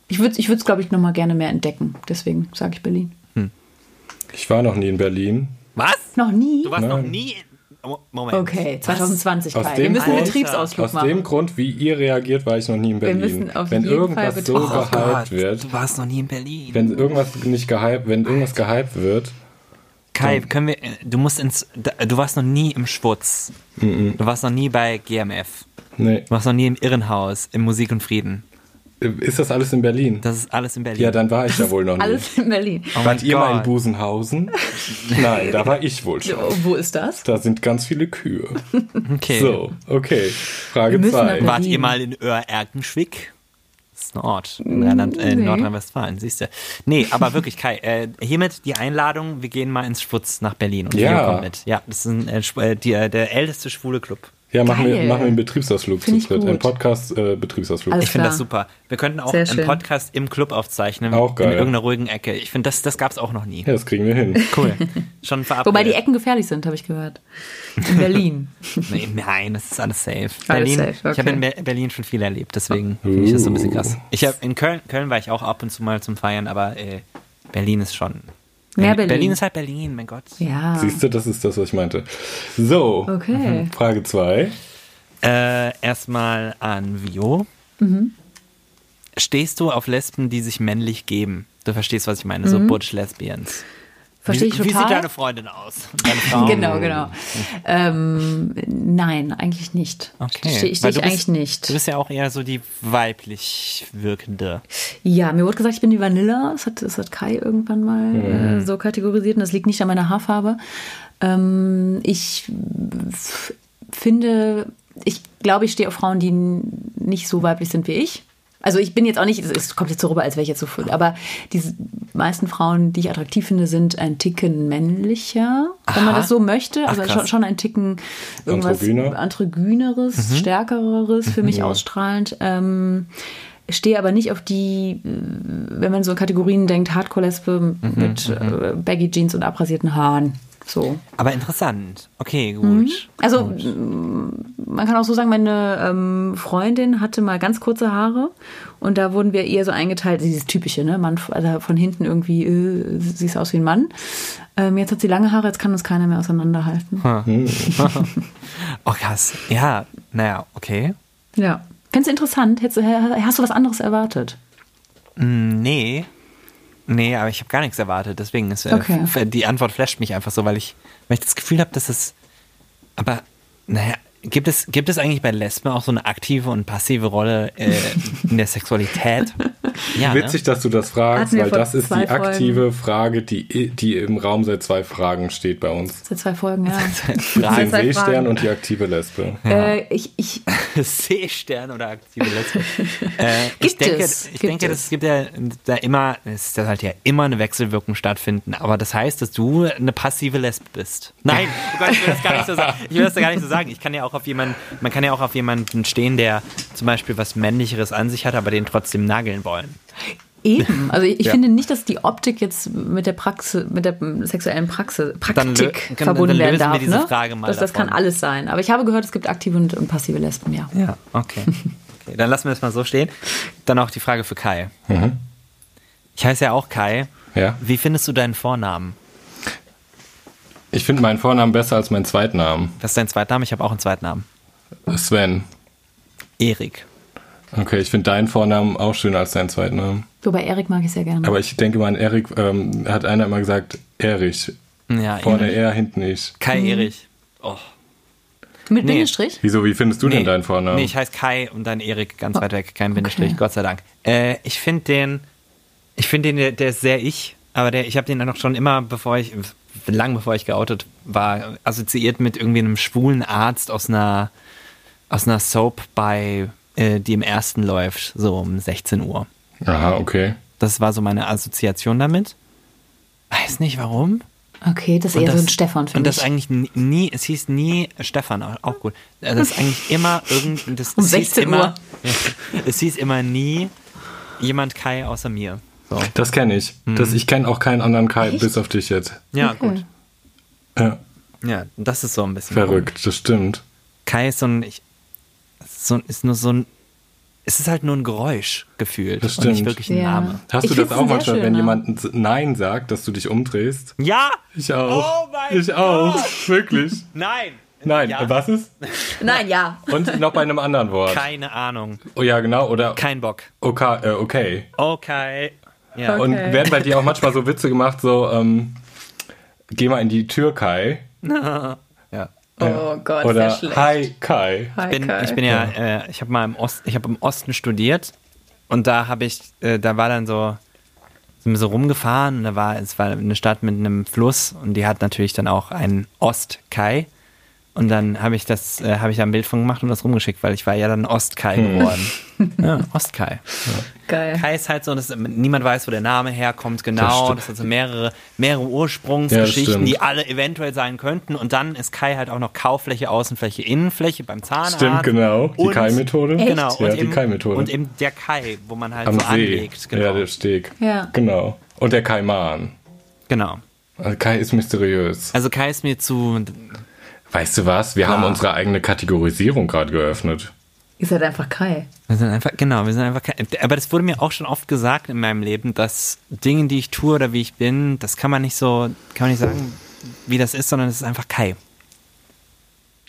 B: Ich würde es, ich glaube ich, nochmal gerne mehr entdecken. Deswegen sage ich Berlin.
A: Ich war noch nie in Berlin.
C: Was?
B: Noch nie?
C: Du warst noch
A: Nein.
C: nie. in- Mo- Moment.
B: Okay, 2020.
A: Aus
B: Kai.
A: dem
B: Wir müssen einen
A: Grund-
B: Betriebsausflug
A: Aus dem
B: machen.
A: Grund, wie ihr reagiert, war ich noch nie in Berlin.
B: müssen auf
A: wenn
B: jeden
A: irgendwas
B: Fall
A: so
B: betroffen-
C: Oh Gott,
A: gehypt wird,
C: Du warst noch nie in Berlin.
A: wenn irgendwas nicht gehypt, wenn irgendwas gehypt wird,
C: Kai, können wir. äh, Du musst ins. da- Du warst noch nie im Schwutz.
A: Mhm.
C: Du warst noch nie bei GMF.
A: nee,
C: Du warst noch nie im Irrenhaus, im Musik und Frieden.
A: ist das alles in Berlin?
C: Das ist alles in Berlin.
A: ja, dann war ich ja wohl noch nie.
B: Alles in Berlin.
C: Oh mein
A: Wart ihr mal in
C: Gott.
A: Busenhausen? Nein, da war ich wohl schon.
B: Oh, Wo ist das?
A: Da sind ganz viele Kühe.
C: Okay.
A: So, okay. Frage
B: Wir müssen nach
A: 2.
B: Berlin.
C: Wart ihr mal in Öhr-Erkenschwick? Das ist ein Ort in, Rheinland, äh, in Nordrhein-Westfalen, siehst du. Nee, aber wirklich, Kai, äh, hiermit die Einladung, wir gehen mal ins Schwutz nach Berlin und
A: Ja.
C: Leo kommt mit. Ja, das ist ein, äh, Schw- äh, die, äh, der älteste schwule Club.
A: Ja, machen wir,
B: Geil.
A: machen wir einen Betriebsausflug
B: Find ich
A: zu dritt.
B: gut.
A: Ein äh, Podcast-Betriebsausflug.
B: Also-
C: Ich finde
B: Klar.
C: das super. Wir könnten auch
B: Sehr
C: einen
B: schön.
C: Podcast im Club aufzeichnen.
A: Auch geil.
C: In irgendeiner ruhigen Ecke. Ich finde, das, das gab es auch noch nie.
A: ja, das kriegen wir hin.
C: Cool. Schon verabredet.
B: Wobei die Ecken gefährlich sind, habe ich gehört. In Berlin.
C: Nee, nein, das ist alles safe.
B: Alles
C: Berlin,
B: safe,
C: Ich habe
B: okay.
C: in Ber- Berlin schon viel erlebt, deswegen finde ich das so ein bisschen krass. Ich hab, in Köln, Köln war ich auch ab und zu mal zum Feiern, aber äh, Berlin ist schon.
B: Mehr Berlin.
C: Berlin ist halt Berlin, mein Gott.
B: Ja.
A: Siehst du, das ist das, was ich meinte. So,
B: Okay.
A: Mhm. Frage 2.
C: Äh, Erstmal an Vio.
B: Mhm.
C: Stehst du auf Lesben, die sich männlich geben? Du verstehst, was ich meine,
B: Mhm.
C: so Butch-Lesbians.
B: Verstehe ich
C: wie, wie
B: total.
C: sieht deine Freundin aus? Deine Frau?
B: Genau, genau. Ähm, nein, eigentlich nicht.
C: Okay.
B: Stehe ich, steh
C: Weil
B: ich
C: du bist-
B: eigentlich nicht.
C: Du bist ja auch eher so die weiblich wirkende.
B: Ja, mir wurde gesagt, ich bin die Vanilla. Das hat, das hat Kai irgendwann mal
C: Mhm.
B: äh, so kategorisiert und das liegt nicht an meiner Haarfarbe. Ähm, ich f- finde, ich glaube, ich stehe auf Frauen, die n- nicht so weiblich sind wie ich. Also ich bin jetzt auch nicht, es kommt jetzt so rüber, als wäre ich jetzt so voll, aber die s- meisten Frauen, die ich attraktiv finde, sind ein Ticken männlicher, wenn man
C: Aha.
B: das so möchte. Also
C: Ach, krass.
B: schon, schon ein Ticken irgendwas
A: Androgyner?
B: androgyneres, stärkereres, für mich ausstrahlend. Ähm, stehe aber nicht auf die, äh, wenn man so in Kategorien denkt, Hardcore-Lesbe mit äh, Baggy Jeans und abrasierten Haaren. So.
C: Aber interessant. Okay, gut.
B: Also m, man kann auch so sagen, meine ähm, Freundin hatte mal ganz kurze Haare und da wurden wir eher so eingeteilt, dieses typische, ne, Mann, also von hinten irgendwie, äh, siehst aus wie ein Mann. Ähm, jetzt hat sie lange Haare, jetzt kann uns keiner mehr auseinanderhalten.
C: Oh, krass. Ja, naja, okay.
B: Ja. Findest du interessant? Hättest, du- hast du was anderes erwartet?
C: Nee. Nee, aber ich habe gar nichts erwartet. Deswegen ist äh,
B: Okay.
C: f- die Antwort flasht mich einfach so, weil ich, weil ich das Gefühl habe, dass es. Aber, naja, gibt es, gibt es eigentlich bei Lesben auch so eine aktive und passive Rolle äh, in der Sexualität? Ja, ne?
A: Witzig, dass du das fragst,
B: Hatten wir
A: weil
B: vor
A: das ist
B: zwei
A: die aktive Frage, die, die im Raum seit zwei Fragen steht bei uns.
B: Seit zwei Folgen, ja.
A: Den
B: Seit zwei
A: Seestern
B: Fragen.
A: und die aktive Lesbe.
B: Äh, ich, ich,
C: Seestern oder aktive Lesbe. äh, ich
B: Gibt
C: denke,
B: es,
C: ich
B: gibt
C: denke,
B: es.
C: das gibt ja da immer, es sollte ja immer eine Wechselwirkung stattfinden. Aber das heißt, dass du eine passive Lesbe bist. Nein, oh Gott, ich will das gar nicht so sagen. Ich will das gar nicht so sagen. Ich kann ja auch auf jemanden, man kann ja auch auf jemanden stehen, der zum Beispiel was männlicheres an sich hat, aber den trotzdem nageln wollen.
B: Eben. Also ich, ich
C: Ja.
B: finde nicht, dass die Optik jetzt mit der Praxis, mit der sexuellen Praxis,
C: Dann lö- genau,
B: Praktik
C: dann-
B: verbunden
C: dann
B: werden
C: lösen wir
B: darf.
C: diese
B: ne?
C: Frage mal
B: das, das kann
C: davon.
B: alles sein. Aber ich habe gehört, es gibt aktive und, und passive Lesben, ja.
C: Ja, okay. okay. Dann lassen wir das mal so stehen. Dann auch die Frage für Kai. Ich heiße ja auch Kai.
A: Ja.
C: Wie findest du deinen Vornamen?
A: Ich finde meinen Vornamen besser als meinen Zweitnamen.
C: Was ist dein Zweitname? Ich habe auch einen Zweitnamen.
A: Sven.
C: Erik.
A: Okay, ich finde deinen Vornamen auch schöner als deinen Zweitnamen.
B: Wobei Erik mag ich sehr gerne.
A: Aber ich denke mal an Erik, ähm, hat einer immer gesagt, Erich.
C: Ja,
A: Vorne
C: Erich.
A: er, hinten ich.
C: Kai Erich. Oh.
B: mit
C: nee.
B: Bindestrich?
A: Wieso, wie findest du denn deinen Vornamen?
C: Nee, ich heiße Kai und dann Erik, ganz weit weg, kein Bindestrich, Gott sei Dank. Äh, ich finde den, ich finde den, der, der ist sehr ich, aber der, ich habe den dann auch schon immer, bevor ich, lang bevor ich geoutet war, assoziiert mit irgendwie einem schwulen Arzt aus einer, aus einer Soap bei, äh, die im ersten läuft, so um 16 Uhr.
A: Aha, okay.
C: Das war so meine Assoziation damit. Weiß nicht warum.
B: Okay, das ist eher so ein Stefan für
C: Und das
B: mich.
C: eigentlich nie- nie, es hieß nie Stefan, auch auch gut. Äh, Das ist eigentlich immer irgendein, das
B: Um
C: es
B: 16
C: hieß immer, es hieß immer nie jemand Kai außer mir. So.
A: Das kenne ich. Das, ich kenne auch keinen anderen Kai,
B: Echt?
A: bis auf dich jetzt.
C: Ja,
B: Okay.
A: Ja,
C: gut. Ja, das ist so ein bisschen.
A: verrückt, das stimmt.
C: Kai ist so ein, ich, so, ein- ist nur so ein, es ist halt nur ein Geräusch gefühlt
A: Das
C: und nicht
A: stimmt.
C: wirklich ein
B: Ja.
C: Name.
A: Hast
B: Ich
A: du das
B: find's
A: auch
B: ein sehr
A: manchmal, wenn
B: schöner.
A: jemand Nein sagt, dass du dich umdrehst?
C: Ja!
A: Ich auch.
C: Oh mein
A: ich auch, wirklich.
C: Nein!
A: Nein,
C: Ja.
A: was ist?
B: Nein, ja.
A: Und noch bei einem anderen Wort.
C: Keine Ahnung.
A: Oh ja, genau, oder
C: Kein Bock.
A: okay. Äh, okay.
C: Okay. Ja.
A: Und werden bei dir auch manchmal so Witze gemacht, so, ähm, geh mal in die Tür, Kai.
C: ja.
B: Oh Gott,
A: Oder
B: sehr schlecht.
A: Hi, Kai.
B: Hi,
C: bin,
B: Kai.
C: ich bin ja, äh, ich habe mal im Ost, ich habe im Osten studiert und da habe ich, äh, da war dann so, sind wir so rumgefahren und da war, es war eine Stadt mit einem Fluss und die hat natürlich dann auch einen Ostkai und dann habe ich das, äh, habe ich da ein Bild von gemacht und das rumgeschickt, weil ich war ja dann Ostkai geworden. Ja, Ostkai.
B: Geil.
C: Kai ist halt so, dass niemand weiß, wo der Name herkommt,
A: Das
C: genau.
A: stimmt.
C: Das sind so mehrere, mehrere
A: Ja, das
C: Ursprungsgeschichten,
A: stimmt.
C: die alle eventuell sein könnten. Und dann ist Kai halt auch noch Kaufläche, Außenfläche, Innenfläche beim Zahnarzt.
A: Stimmt, genau. Die
C: Und-
A: Kai-Methode.
C: Genau,
A: Ja, die
C: eben-
A: Kai-Methode.
C: Und eben der Kai, wo man halt
A: Am
C: so
A: See.
C: anlegt. Genau.
A: Ja, der Steg.
B: Ja.
A: Genau. Und der Kaiman.
C: genau.
A: Also Kai ist mysteriös.
C: Also Kai ist mir zu.
A: Weißt du was? Wir
C: Ah.
A: haben unsere eigene Kategorisierung gerade geöffnet.
B: Ist halt einfach Kai.
C: Wir sind einfach, genau, wir sind einfach. Kai- Aber das wurde mir auch schon oft gesagt in meinem Leben, dass Dinge, die ich tue oder wie ich bin, das kann man nicht so, kann man nicht sagen, wie das ist, sondern es ist einfach Kai.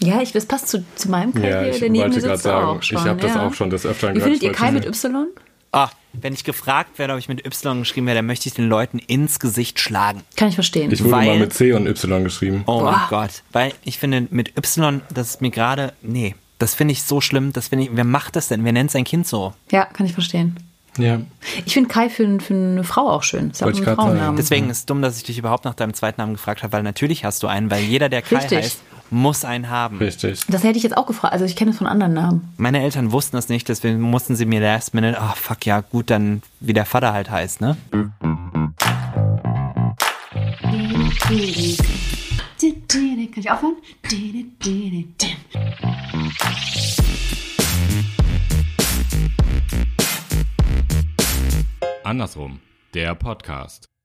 B: Ja, ich, das passt zu, zu meinem Kai,
A: Ja,
B: hier,
A: ich
B: der neben
A: wollte
B: mir
A: gerade
B: sitzt
A: sagen,
B: auch
A: ich
B: schon.
A: habe das
B: ja.
A: auch schon des Öfteren
B: Wie
A: gehört.
B: findet
A: Ich
B: ihr Kai mit
A: wollte-
B: Y?
C: Ah, wenn ich gefragt werde, ob ich mit Y geschrieben werde, dann möchte ich den Leuten ins Gesicht schlagen.
B: Kann ich verstehen.
A: Ich wurde
C: Weil-
A: mal mit C und Y geschrieben.
C: Oh
B: Boah.
C: mein Gott. Weil ich finde, mit Y, das ist mir gerade. Nee, das finde ich so schlimm. Das finde ich. Wer macht das denn? Wer nennt sein Kind so?
B: ja, kann ich verstehen.
A: Ja.
B: Ich finde Kai für, für eine Frau auch schön. Ist auch
A: Wollte
B: ein
A: ich grad sagen.
B: Frauenname.
C: Deswegen ist es dumm, dass ich dich überhaupt nach deinem zweiten Namen gefragt habe, weil natürlich hast du einen, weil jeder, der Kai
B: Richtig.
C: heißt, muss einen haben.
A: Richtig.
B: Das hätte ich jetzt auch gefragt. Also ich kenne es von anderen Namen.
C: Meine Eltern wussten das nicht, deswegen mussten sie mir last minute, ah fuck ja, gut, dann wie der Vater halt heißt, ne?
F: Kann ich aufhören?
E: Andersrum, der Podcast.